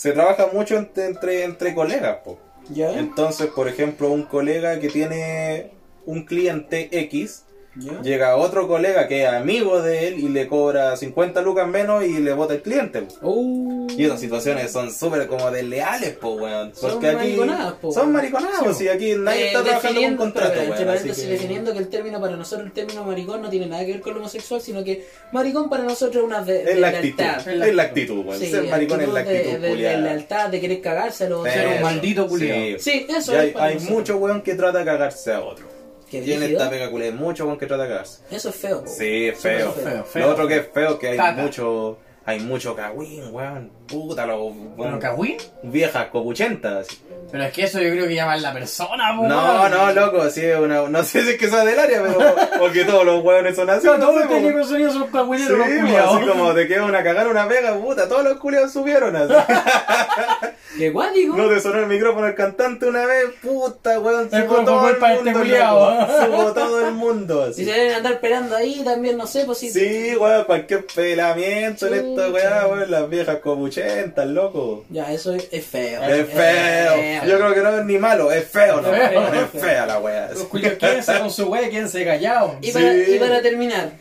E: Se trabaja mucho entre, entre, entre colegas, po.
D: ¿Ya?
E: Entonces, por ejemplo, un colega que tiene un cliente X,
D: ¿Ya?
E: llega otro colega que es amigo de él y le cobra 50 lucas menos y le bota el cliente. po.
D: Uh,
E: Y esas situaciones son súper como desleales, po, weón.
D: Son
E: Porque aquí
D: mariconadas, po.
E: Son mariconadas, po, si aquí nadie
D: eh,
E: está trabajando con
D: definiendo-
E: contrato,
D: pero, entre
E: weón. así
D: paréntesis,
E: que-
D: definiendo que el término para nosotros, el término maricón, no tiene nada que ver con lo homosexual, sino que maricón para nosotros es una de,
E: Es
D: de
E: la actitud,
D: lealtad.
E: es la actitud, weón.
D: Sí,
E: Ser maricón es la
D: de-
E: actitud,
D: de, de,
E: culiao.
D: lealtad, de querer cagárselo.
E: Eso,
C: Ser un maldito culiao.
D: Sí, eso
E: Y
D: es
E: hay,
D: para
E: hay
D: nosotros.
E: mucho weón que trata de cagarse a otro.
D: Qué
E: Y en
D: brígido.
E: esta pega culia hay mucho weón que trata de cagarse.
D: Eso es feo.
E: Sí, es
D: Eso
E: feo.
D: es feo.
C: feo.
E: Lo otro que es feo es que hay
C: Caca.
E: mucho. Hay mucho cagüín, weón. Puta, los.
C: Bueno, Cagüín.
E: Viejas copuchentas. así.
C: Pero es que eso yo creo que llama a la persona, po,
E: No,
C: weón.
E: no, loco, sí, es una, no sé si es que sea del área, pero. Porque todos los weones son así.
C: No, todos
E: sé,
C: los
E: po.
C: técnicos sonidos son
E: Sí,
C: cagüineros, los
E: pues, así
C: culiados.
E: como te queda una cagar una pega, puta, todos los culiados subieron así.
D: ¿Qué cuático?
E: No te sonó el micrófono al cantante una vez, puta, weón.
J: Es
E: Subo
J: como
E: todo el
J: culpa de
E: mundo.
J: este culiao.
E: loco. Subo todo el mundo.
D: Si
E: así.
D: se deben andar peleando ahí también, no sé, pues si...
E: Sí, weón, cualquier pelamiento en esta
D: Chucha.
E: weá, weón. Las viejas copuchentas, loco.
D: Ya, eso es, es feo.
E: Es
D: eh,
E: feo. Yo creo que no es ni malo, es feo, no.
J: Es feo.
E: Es fea la weá.
J: Los culios quédense con su wea, quédense callados.
D: Y para,
E: Sí.
D: y para terminar,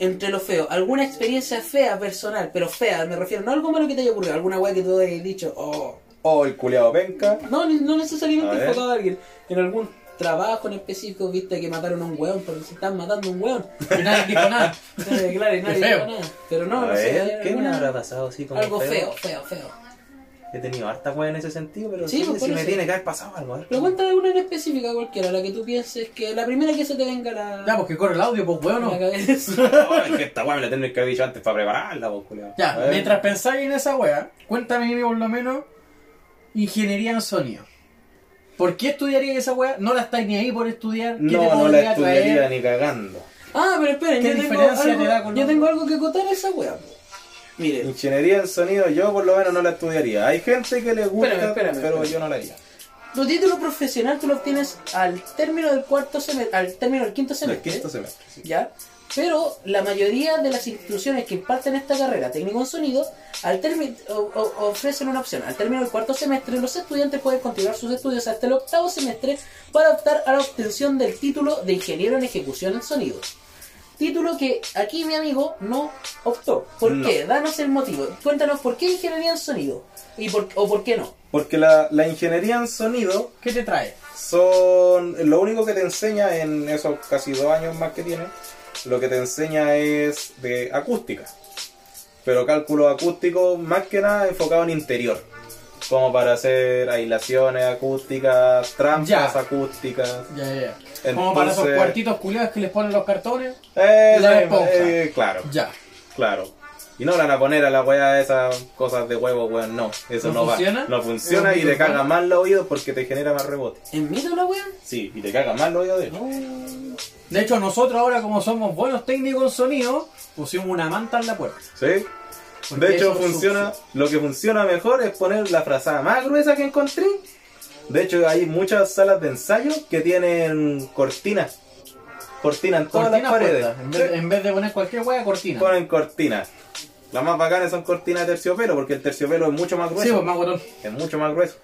D: entre lo feo, alguna experiencia fea personal, pero fea, me refiero, no algo malo que te haya ocurrido, alguna weá que tú hayas dicho, oh,
E: Oh, el culiao penca.
D: no, ni- no
E: A
D: necesariamente
E: ver.
D: enfocado a alguien, en algún trabajo en específico, viste que mataron a un weón, pero se están matando a un weón.
J: Y nadie dijo nada.
D: Eh, claro, y nadie
J: Qué feo.
D: dijo nada. Pero no,
E: A
D: no sé,
E: ver, ¿qué me
D: alguna-
E: habrá pasado así como
D: algo feo, feo, feo.
E: He tenido harta weá en ese sentido, pero
D: Sí,
E: sí,
D: pues,
E: sí
D: por
E: me
D: eso.
E: tiene que haber pasado algo. a ver.
D: Pero cuéntame una en específica cualquiera, la que tú pienses que la primera que se te venga a la,
C: Ya, porque corre el audio, pues
D: a
C: weón. no.
D: la cabeza.
E: No, es que esta weá me la tendré que haber dicho antes para prepararla, vos, culiao.
C: Ya,
E: A ver.
J: Mientras pensé,
C: pensáis en esa wea, cuéntame a mí por lo menos ingeniería en sonido. ¿Por qué estudiarías esa wea? ¿No la estáis ni ahí por estudiar? ¿Qué te
E: No, no
C: podría
E: la
C: traer?
E: estudiaría ni cagando.
D: Ah, pero esperen,
C: ¿Qué
D: yo tengo,
C: diferencia te da
D: algo,
C: con
D: yo
C: los-
D: tengo algo que acotar a esa wea. Mire,
E: Ingeniería en sonido, yo por lo menos no la estudiaría. Hay gente que le gusta,
D: Espérame, espérame,
E: pero
D: espérame.
E: yo no la haría.
D: Tu título profesional tú lo obtienes al término del cuarto semestre, al término del quinto
E: El
D: semestre.
E: quinto semestre. sí.
D: ¿Ya? Pero la mayoría de las instituciones que imparten esta carrera técnico en sonido al termi- o- o- ofrecen una opción. Al término del cuarto semestre, los estudiantes pueden continuar sus estudios hasta el octavo semestre para optar a la obtención del título de ingeniero en ejecución en sonido. Título que aquí mi amigo no optó. ¿Por
E: No.
D: qué? Danos el motivo. Cuéntanos por qué ingeniería en sonido y por, o por qué no.
E: Porque la, la ingeniería en sonido
C: ¿Qué te trae?
E: son. Lo único que te enseña en esos casi dos años más que tiene, lo que te enseña es de acústica. Pero cálculo acústico más que nada enfocado en interior. Como para hacer aislaciones acústicas, trampas
C: Ya.
E: acústicas.
C: Ya, ya, ya.
E: Entonces-
C: Como para esos cuartitos culiados que les ponen los cartones.
E: Eh,
C: La
E: la-
C: esponja.
E: eh, claro.
C: Ya.
E: Claro. Y no le van a poner a la weá esas cosas de huevo, weón. No, eso
C: ¿No
E: no,
C: funciona?
E: va. No funciona y te caga más los oídos porque te genera más rebote.
D: ¿En mí la wea?
E: Sí, y te caga más los oídos de hecho.
C: De hecho, nosotros ahora, como somos buenos técnicos en sonido, pusimos una manta en la puerta.
E: ¿Sí?
C: Porque
E: De hecho,
C: eso
E: funciona. Lo que funciona mejor es poner la frazada más gruesa que encontré. De hecho, hay muchas salas de ensayo que tienen cortinas. Cortinas en todas
C: Cortina
E: las paredes.
C: puerta. En vez, en vez de poner cualquier wea, cortina.
E: Ponen cortinas. Las más bacanas son cortinas de terciopelo porque el terciopelo es mucho más
C: Sí,
E: grueso.
C: pues más guatón.
E: es mucho más grueso.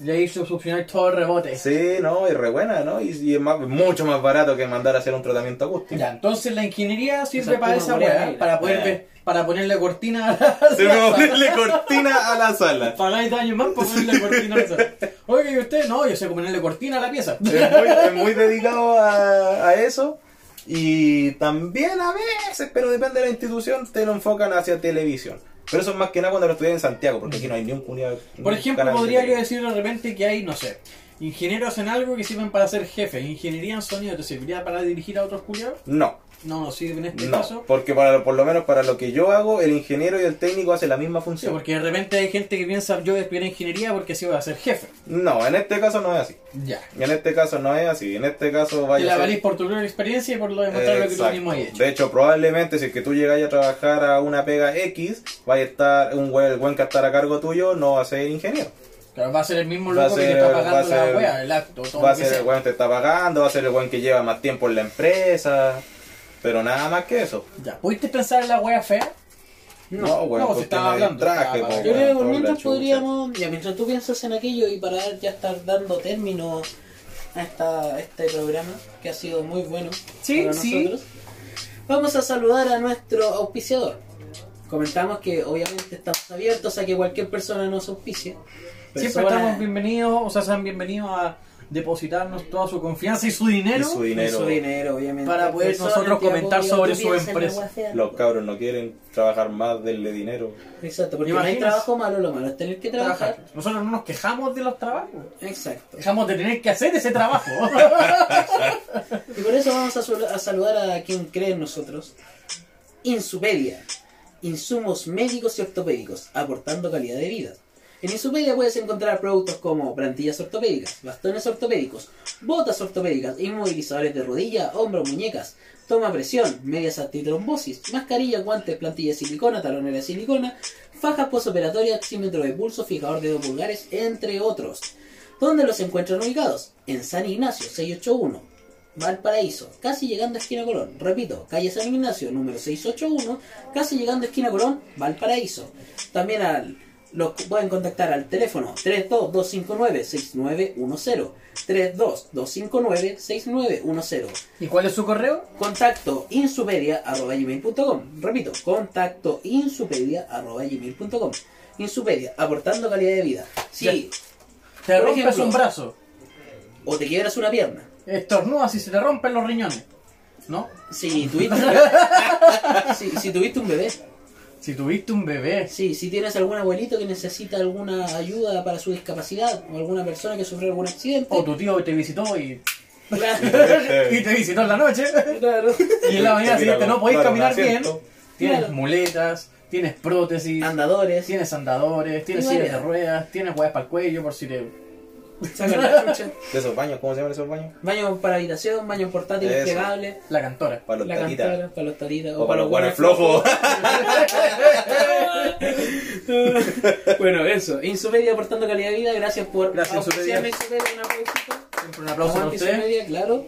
C: Le hizo succionar todo el rebote.
E: Sí, no, es re buena, ¿no? Y, y es más- mucho más barato que mandar a hacer un tratamiento acústico.
C: Ya, entonces la ingeniería sirve
D: Esa
C: para
D: es
C: esa
D: pura
C: weá,
D: negra.
C: para poder
E: Ya.
C: ver- para ponerle cortina a la
E: Se va a ponerle cortina a la sala.
C: Pagáis daño más para ponerle cortina a la sala. Oye, ¿y usted? No, yo sé cómo ponerle cortina a la pieza.
E: Es muy, es muy dedicado a, a eso. Y también a veces, pero depende de la institución, te lo enfocan hacia televisión. Pero eso es más que nada cuando lo estudian en Santiago, porque aquí no hay ni un culiao-
C: Por
E: ni un
C: ejemplo,
E: canal de
C: podría yo decir
E: televisión.
C: de repente que hay, no sé, ingenieros en algo que sirven para ser jefes. Ingeniería en sonido, ¿te serviría para dirigir a otros culiados?
E: No,
C: No, no sirve en este
E: no,
C: caso.
E: porque para, por lo menos para lo que yo hago, el ingeniero y el técnico hacen la misma
C: Sí,
E: función.
C: porque de repente hay gente que piensa, yo voy a estudiar ingeniería porque así voy a ser jefe.
E: No, en este caso no es así.
C: Ya.
E: En este caso no es así. En este caso
C: Te
E: vaya
C: la
E: a ser-
C: valís por tu propia experiencia y por lo demostrar lo que tú
E: Exacto.
C: mismo has hecho.
E: De hecho, probablemente si es que tú llegas a trabajar a una pega X, va a estar un güey, el buen que va a estar a cargo tuyo no va a ser ingeniero.
C: Claro, va a ser el mismo
E: Va a
C: loco que te
E: ser-
C: está
E: va a
C: pagando
E: ser-
C: la wea, el acto, todo
E: Va a
C: lo que
E: ser
C: sea.
E: el buen que te está pagando, va a ser el buen que lleva más tiempo en la empresa, pero nada más que eso.
C: Ya, ¿pudiste pensar en la wea fea?
E: No, güey,
C: no,
E: porque
C: se estaba
E: me
C: hablando,
E: distraje,
C: estaba
E: po,
C: hablando.
D: Yo
E: güey,
D: creo que
E: por la
D: mientras
E: chucha.
D: podríamos, ya mientras tú piensas en aquello y para ya estar dando término a, esta, a este programa que ha sido muy bueno
C: Sí,
D: para
C: sí.
D: nosotros, vamos a saludar a nuestro auspiciador. Comentamos que obviamente estamos abiertos a que cualquier persona nos auspicie.
C: Siempre
D: Persona-
C: estamos bienvenidos, o sea, sean bienvenidos a depositarnos toda su confianza y su dinero.
E: Y su
D: Y
E: dinero.
D: su dinero, obviamente.
C: Para poder
D: Persona,
C: nosotros
D: tía,
C: comentar
D: obvio,
C: sobre
D: tú
C: su
D: piensas en la
C: empresa.
D: wea fea,
E: Los
D: ¿no?
E: cabros no quieren trabajar más, denle dinero.
D: Exacto, porque no hay
C: Imagínense.
D: trabajo malo, lo malo es tener que
C: Trabajar.
D: trabajar.
C: Nosotros no nos quejamos de los trabajos.
D: Exacto.
C: Dejamos de tener que hacer ese trabajo.
D: Y por eso vamos a, sol- a saludar a quien cree en nosotros. Insupedia. Insumos médicos y ortopédicos, aportando calidad de vida. En Insupedia puedes encontrar productos como plantillas ortopédicas, bastones ortopédicos, botas ortopédicas, inmovilizadores de rodilla, hombro, muñecas, toma presión, medias antitrombosis, mascarilla, guantes, plantillas de silicona, taloneras de silicona, fajas postoperatorias, oxímetro de pulso, fijador de dos pulgares, entre otros. ¿Dónde los encuentran ubicados? En San Ignacio 681. Valparaíso, casi llegando a esquina Colón. Repito, calle San Ignacio, número 681, casi llegando a esquina Colón, Valparaíso. También al, los pueden contactar al teléfono 32259-6910. 32259-6910.
C: ¿Y cuál es su correo?
D: Contacto insupedia.com. Repito, contacto insupedia.com. Insupedia, aportando calidad de vida. Si
C: Te
D: Por
C: rompes
D: ejemplo.
C: un brazo,
D: o te quiebras una pierna,
C: estornudas y se te rompen los riñones. ¿No?
D: si tuviste, si, si tuviste un bebé,
C: Si tuviste un bebé.
D: Sí, si tienes algún abuelito que necesita alguna ayuda para su discapacidad o alguna persona que sufrió algún accidente.
C: O tu tío te visitó y,
D: Claro,
C: y te visitó en la noche.
D: claro.
C: Y en la mañana siguiente no podéis
E: Claro, un
C: caminar bien.
E: asiento.
C: Tienes
D: Claro.
C: muletas, tienes prótesis,
D: Andadores.
C: tienes andadores, tienes
D: varias.
C: sillas de ruedas, tienes huevas para el cuello por si te...
D: sacan la chucha.
E: De esos baños, ¿cómo se llaman esos baños?
D: Baño para habitación, baño portátil
E: Eso.
D: desplegable.
C: La cantora.
E: Para los
D: La
E: tatitas.
D: cantara, para los taritas.
E: O para los guanes flojos.
D: bueno, eso. Insupedia aportando calidad de vida. Gracias por
C: Gracias, Insupedia.
D: auspiciarme, Insupedia, un aplausito.
C: Siempre un aplauso para
D: Aguante
C: ustedes.
D: Insupedia, claro.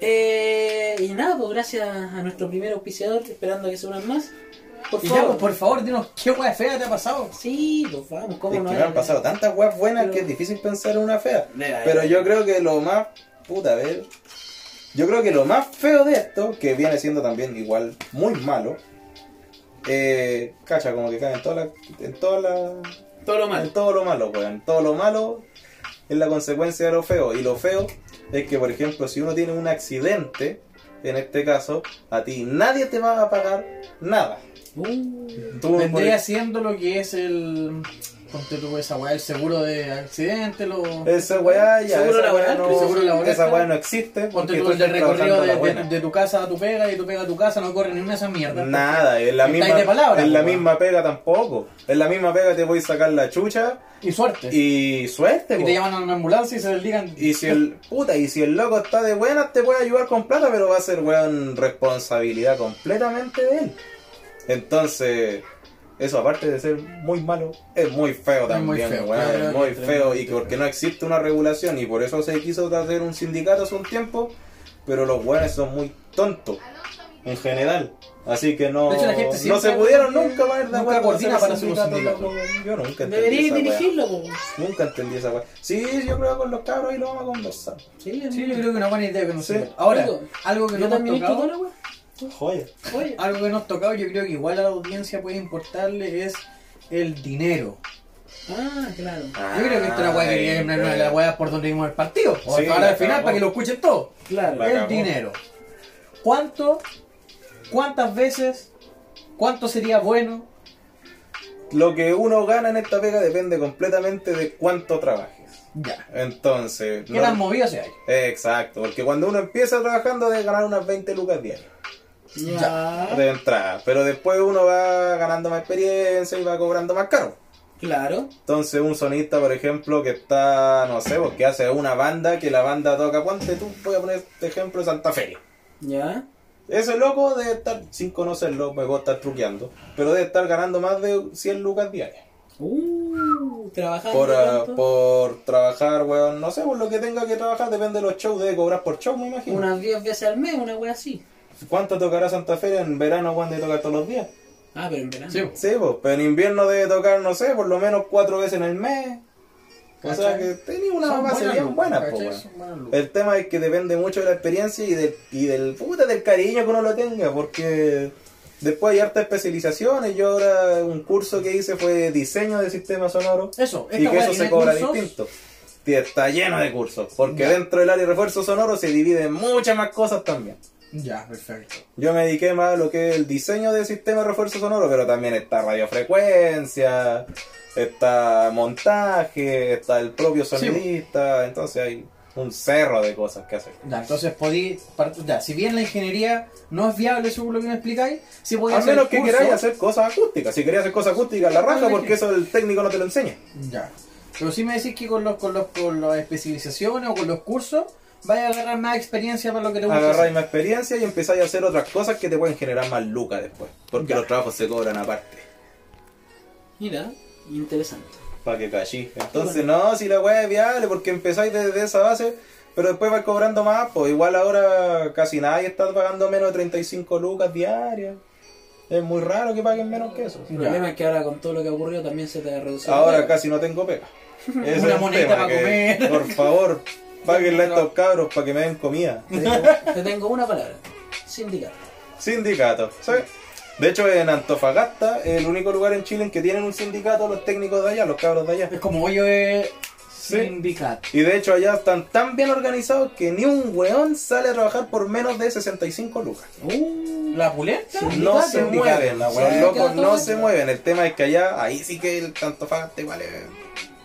D: Eh, y nada, pues gracias a nuestro primer auspiciador, esperando a que se unan más. Por
C: Y
D: favor.
C: ya, pues, por favor, dinos qué hueá fea te ha pasado.
D: Sí, pues vamos,
E: Es
D: cómo
E: que
D: no.
E: me han pasado tantas weas buenas que es difícil pensar en una fea.
D: Mira,
E: Pero
D: eh.
E: yo creo que lo más. Puta, a ver. Yo creo que lo más feo de esto, que viene siendo también igual muy malo. Eh, cacha, como que cae en toda la. En toda la.
D: Todo lo
E: En todo lo malo, weón. Todo lo malo es la consecuencia de lo feo. Y lo feo es que, por ejemplo, si uno tiene un accidente, en este caso, a ti nadie te va a pagar nada. Tú,
C: Vendría siendo lo que es el. Ponte tú esa weá, el seguro de accidente, lo.
E: por- Esa weá ya,
D: Seguro
E: esa weá
D: laboral,
E: no,
C: el seguro laboral,
E: esa weá
C: claro.
E: no existe
C: Ponte
E: porque
C: tú
E: tú
C: el del
E: estás
C: recorrido
E: trabajando
C: de,
E: la
C: de,
E: buena.
C: de tu casa a tu pega y tu pega a tu casa, no corre ni una de esas mierdas.
E: Nada, en la,
C: Estáis
E: misma,
C: de palabra,
E: en la
C: weón.
E: misma pega tampoco. En la misma pega te voy a sacar la chucha
C: Y suerte. Y,
E: y suerte,
C: te
E: weón.
C: llaman a una ambulancia y se desligan.
E: Y si el puta, y si el loco está de buenas te puede ayudar con plata, pero va a ser weón responsabilidad completamente de él. Entonces, eso aparte de ser muy malo, es muy feo
C: Es muy
E: también,
C: feo,
E: weón,
C: claro,
E: es muy
C: es
E: feo y que porque no existe una regulación y por eso se quiso hacer un sindicato hace un tiempo, pero los weones son muy tontos en general. Así que no,
C: De hecho, la gente
E: no se
C: siempre-
E: pudieron nunca poner de
C: nunca
E: acuerdo en
C: coordina para hacer un
E: sindicato,
C: sindicato.
E: loco. Yo nunca entendí
D: Deberías
E: esa weá.
D: dirigirlo, pues. po.
E: Nunca entendí esa weá. Sí, yo creo que con los cabros y lo vamos a conversar.
D: Sí,
C: Sí, yo creo que una buena idea que no
E: Sí.
C: sé. Ahora,
D: Algo-
C: algo que
D: que
C: no
D: yo
C: hemos
D: también he hecho
C: tocado.
D: toda la wea.
E: Joya.
D: Oye.
C: Algo que no hemos tocado, yo creo que igual a la audiencia puede importarle es el dinero.
D: Ah, claro.
C: Yo creo que esta es la weá que quería una de las weas por donde vimos el partido. O
E: Ah, Sí,
C: ahora al
E: la
C: final
E: cagó.
C: para que lo escuchen todos.
D: Claro.
E: La
C: el
E: cagó.
C: dinero. ¿Cuánto? ¿Cuántas veces? ¿Cuánto sería bueno?
E: Lo que uno gana en esta pega depende completamente de cuánto trabajes.
C: Ya.
E: Entonces,
C: ¿Qué
E: no-
C: tan movido se hay?
E: Exacto, porque cuando uno empieza trabajando debe ganar unas 20 lucas diarias
C: Ah.
D: Ya.
E: de entrada, pero después uno va ganando más experiencia y va cobrando más caro.
D: Claro.
E: Entonces un sonista, por ejemplo, que está, no sé, porque hace una banda que la banda toca, ponte tú, voy a poner este ejemplo, Santa Feria.
D: Ya.
E: Ese loco debe estar, sin conocerlo, mejor estar truqueando, pero debe estar ganando más de 100 lucas diarias.
D: Uh, trabajando.
E: Por, ah,
D: tanto.
E: por trabajar, weón, no sé, por lo que tenga que trabajar, depende de los shows, debe cobrar por show, me imagino.
D: Unas 10 veces al mes, una wea así.
E: ¿Cuánto tocará Santa Feria en verano, weón, debe tocar todos los días?
D: Ah, pero en verano.
E: Sí, pues, pero en invierno debe tocar, no sé, por lo menos cuatro veces en el mes. O sea
C: ¿Cachai?
E: que tenía una
C: Son
E: base
C: buenas
E: bien
C: lucas,
E: buena,
C: ¿cachai?
E: po, weón.
C: Son buenas lucas.
E: El tema es que depende mucho de la experiencia y del, y del puta del cariño que uno lo tenga, porque después hay harta especializaciones. Yo ahora un curso que hice fue diseño de sistemas sonoros
C: Eso,
E: y
C: esta
E: que
C: weá
E: eso
C: tiene
E: se cobra
C: cursos.
E: distinto. Y está lleno de cursos, porque dentro del área de refuerzo sonoro se dividen muchas más cosas también.
C: Ya, perfecto.
E: Yo me dediqué más a lo que es el diseño del sistema de refuerzo sonoro, pero también está radiofrecuencia, está montaje, está el propio sonidista, entonces hay un cerro de cosas que hacer.
C: Ya, entonces podí, part- ya, si bien la ingeniería no es viable según lo que me explicáis, sí podéis
E: Al
C: hacer
E: menos que
C: cursos-
E: queráis hacer cosas acústicas. Si queréis hacer cosas acústicas, la raja, porque eso el técnico no te lo enseña.
C: Ya. Pero si me decís que con los, con los, con las especializaciones o con los cursos, vaya a agarrar más experiencia para lo que te gusta.
E: Agarráis
C: hacer.
E: más experiencia y empezáis a hacer otras cosas que te pueden generar más lucas después. Porque los trabajos se cobran aparte.
D: Mira, interesante.
E: Para que cachí. Entonces, no, si la weá es viable, porque empezáis desde esa base, pero después vais cobrando más, pues igual ahora casi nadie está pagando menos de 35 lucas diarias. Es muy raro que paguen menos que eso.
D: El problema es que ahora con todo lo que ha ocurrido también se te reduce. la
E: Ahora
D: pega.
E: casi no tengo pega. Ese
C: Una
E: el
C: moneda
E: tema,
C: pa'
E: que,
C: comer.
E: Por favor, páguenle a estos cabros para que me den comida.
D: Te tengo- Te tengo una palabra. Sindicato.
E: Sindicato, ¿sí? De hecho, en Antofagasta, el único lugar en Chile en que tienen un sindicato los técnicos de allá, los cabros de allá.
C: Es como hoyo de
E: Sí.
C: sindicato.
E: Y de hecho allá están tan bien organizados que ni un weón sale a trabajar por menos de 65 lucas.
C: ¿La pulenta?
E: No se
C: Sindicato.
E: mueven, la weón,
D: Sindicato.
E: locos no se mueven. El tema es que allá, ahí sí que el Antofagasta igual es,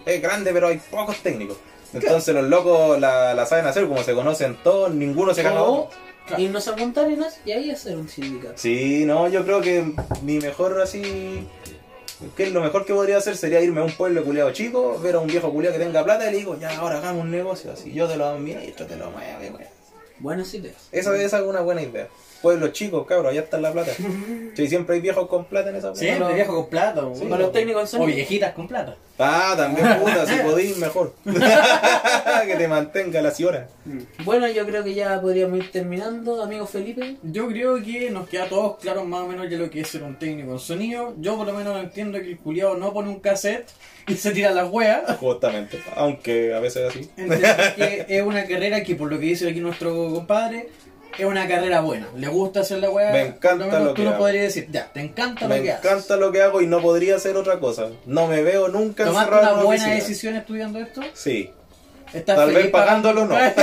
E: es grande, pero hay pocos técnicos. Entonces los locos la, la saben hacer, como se conocen todos, ninguno se
C: Oh.
E: caga a
D: O
E: otro.
D: irnos a Punta Arenas y ahí hacer un sindicato.
E: Sí, no, yo creo que mi mejor así. Que lo mejor que podría hacer sería irme a un pueblo culiado chico, ver a un viejo culiado que tenga plata y le digo, ya ahora hagamos un negocio así. Yo te lo administro, te lo muevo, y weón.
D: Buenas ideas.
E: Esa,
C: Mm.
E: esa es una buena idea. Pueblos chicos, cabros, allá está la plata. Sí, siempre hay viejos con plata en esa
C: Sí,
E: weá.
C: el viejo con plata. o-
D: Con los técnicos en
C: o
D: sonido.
C: viejitas con plata.
E: Ah, también puta, si podís, mejor. que te mantenga la señora.
D: Bueno, yo creo que ya podríamos ir terminando, amigo Felipe.
C: Yo creo que nos queda a todos claros más o menos ya lo que es ser un técnico en sonido. Yo por lo menos entiendo que el culiado no pone un cassette y se tira las weas.
E: Justamente, aunque a veces así.
C: Entiendo que es una carrera que, por lo que dice aquí nuestro compadre, es una carrera buena. Le gusta hacer la weá.
E: Me encanta
C: Por menos
E: lo
C: tú
E: que
C: no
E: hago.
C: podrías decir, ya, te encanta
E: Me
C: lo que
E: encanta lo que hago y no podría hacer otra cosa. No me veo nunca
C: haces. ¿Tomaste
E: encerrado en
C: una buena
E: oficina.
C: decisión estudiando esto?
E: Sí,
C: ¿Estás
E: Tal
C: feliz
E: vez pagándolo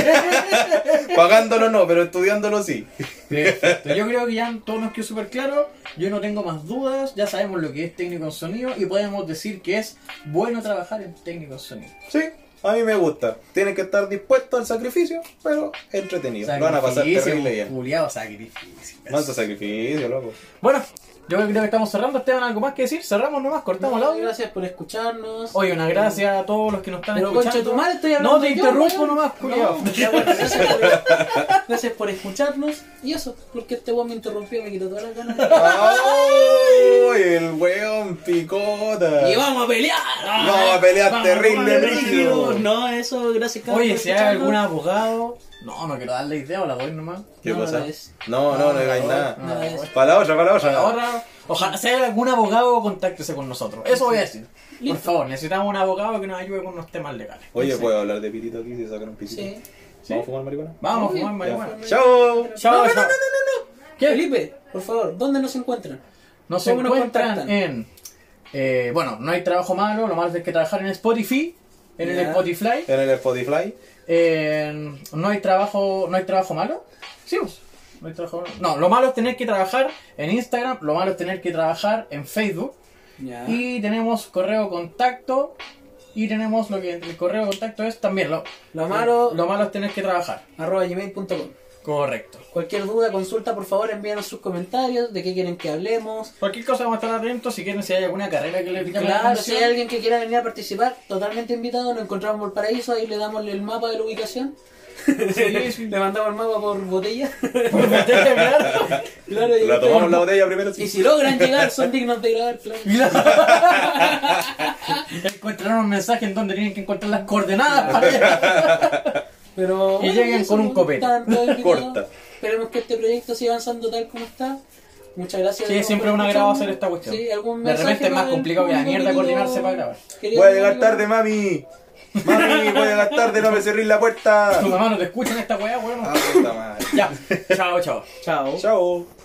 E: pagándolo no, pero estudiándolo sí.
C: Perfecto. Yo creo que ya todo nos quedó súper claro. Yo no tengo más dudas. Ya sabemos lo que es técnico en sonido y podemos decir que es bueno trabajar en técnico en sonido.
E: Sí, a mí me gusta. Tienen que estar dispuestos al sacrificio, pero entretenido. Lo van a pasar
C: Sacrificio,
E: terrible bien.
C: culiao, sacrificio.
E: Manso sacrificio, loco.
C: Bueno, yo creo que estamos cerrando. Esteban, ¿algo más que decir? Cerramos nomás, cortamos el audio.
D: Gracias por escucharnos.
C: Oye, una gracia a todos los que nos están
D: Pero
C: escuchando.
D: concha de tu madre, estoy hablando
C: No te
D: yo,
C: interrumpo
D: weón.
C: nomás, culiao.
D: No, ya, bueno, gracias, por, gracias por escucharnos. Y eso, porque este weón me interrumpió, me quitó todas las ganas.
E: ¡Ay! El weón picota.
D: Y vamos a pelear.
E: Vamos a pelear terrible, rígido.
D: No, eso, gracias, cabrón,
C: Oye,
D: por
C: si hay
D: escucharnos.
C: algún abogado. No, no quiero dar la idea o la doy nomás.
E: ¿Qué
D: No, no
E: pasa?
D: la es.
E: No, no, no hagáis
D: No,
E: nada.
D: la es.
E: Para la otra, para la otra.
C: Ahora, ojalá si hay algún abogado, contáctese con nosotros. Eso voy a decir. Por favor, necesitamos un abogado que nos ayude con los temas legales.
E: Oye, ¿puedo hablar de pirito aquí? ¿Se sacan un pirito?
D: Sí.
E: ¿Vamos a fumar marihuana?
C: Vamos, a fumar marihuana.
E: Ya. ¡Chao!
C: Chao,
D: no, no,
C: chao.
D: no, no, no, no. Felipe, por favor, ¿dónde nos encuentran?
C: Nos
D: ¿Cómo nos
C: encuentran
D: contactan?
C: en. eh, bueno, no hay trabajo malo, lo malo es que trabajar en Spotify, en el
D: Ya.
C: Spotify.
E: En el Spotify.
C: en- no hay trabajo no hay trabajo malo sí pues, no hay trabajo malo. no lo malo es tener que trabajar en Instagram lo malo es tener que trabajar en Facebook
D: Ya.
C: y tenemos correo contacto y tenemos lo que el correo contacto es también lo
D: Lo malo-
C: lo malo es tener que trabajar
D: Arroba gmail.com.
C: correcto
D: Cualquier duda, consulta, por favor, envíanos sus comentarios de qué quieren que hablemos.
C: cualquier cosa vamos a estar atentos si quieren si hay alguna carrera que les llame la
D: Claro, si
C: atención.
D: hay alguien que quiera venir a participar, totalmente invitado, nos encontramos en Valparaíso, ahí le damos el mapa de la ubicación.
C: Sí, sí.
D: Le mandamos el mapa por botella.
C: Claro.
D: Claro, y- este
E: La tomamos la botella primero.
D: Y
E: sí.
D: si logran llegar, son dignos de grabar, claro.
C: encontrarán un mensaje en donde tienen que encontrar las coordenadas para allá.
D: Pero,
C: Y lleguen
D: eso,
C: con un copete.
D: están todos invitados.
E: Corta.
D: Esperemos que este proyecto siga avanzando tal como está. Muchas gracias.
C: Sí,
D: de nuevo
C: siempre
D: por
C: un agrado
D: escucharnos.
C: hacer esta cuestión.
D: Sí, algún
C: De repente
D: mensaje
C: es más
D: para el
C: complicado que la
D: público,
C: mierda
D: querido-
C: coordinarse para grabar.
D: querido
E: Voy a llegar
D: público.
E: tarde, mami. Mami, voy a llegar tarde, no me cerrís la puerta.
C: Tu mamá no te escucha en esta weá, weón.
E: Ah, puta madre.
C: Ya, chao, chao.
D: Chao.
E: Chao.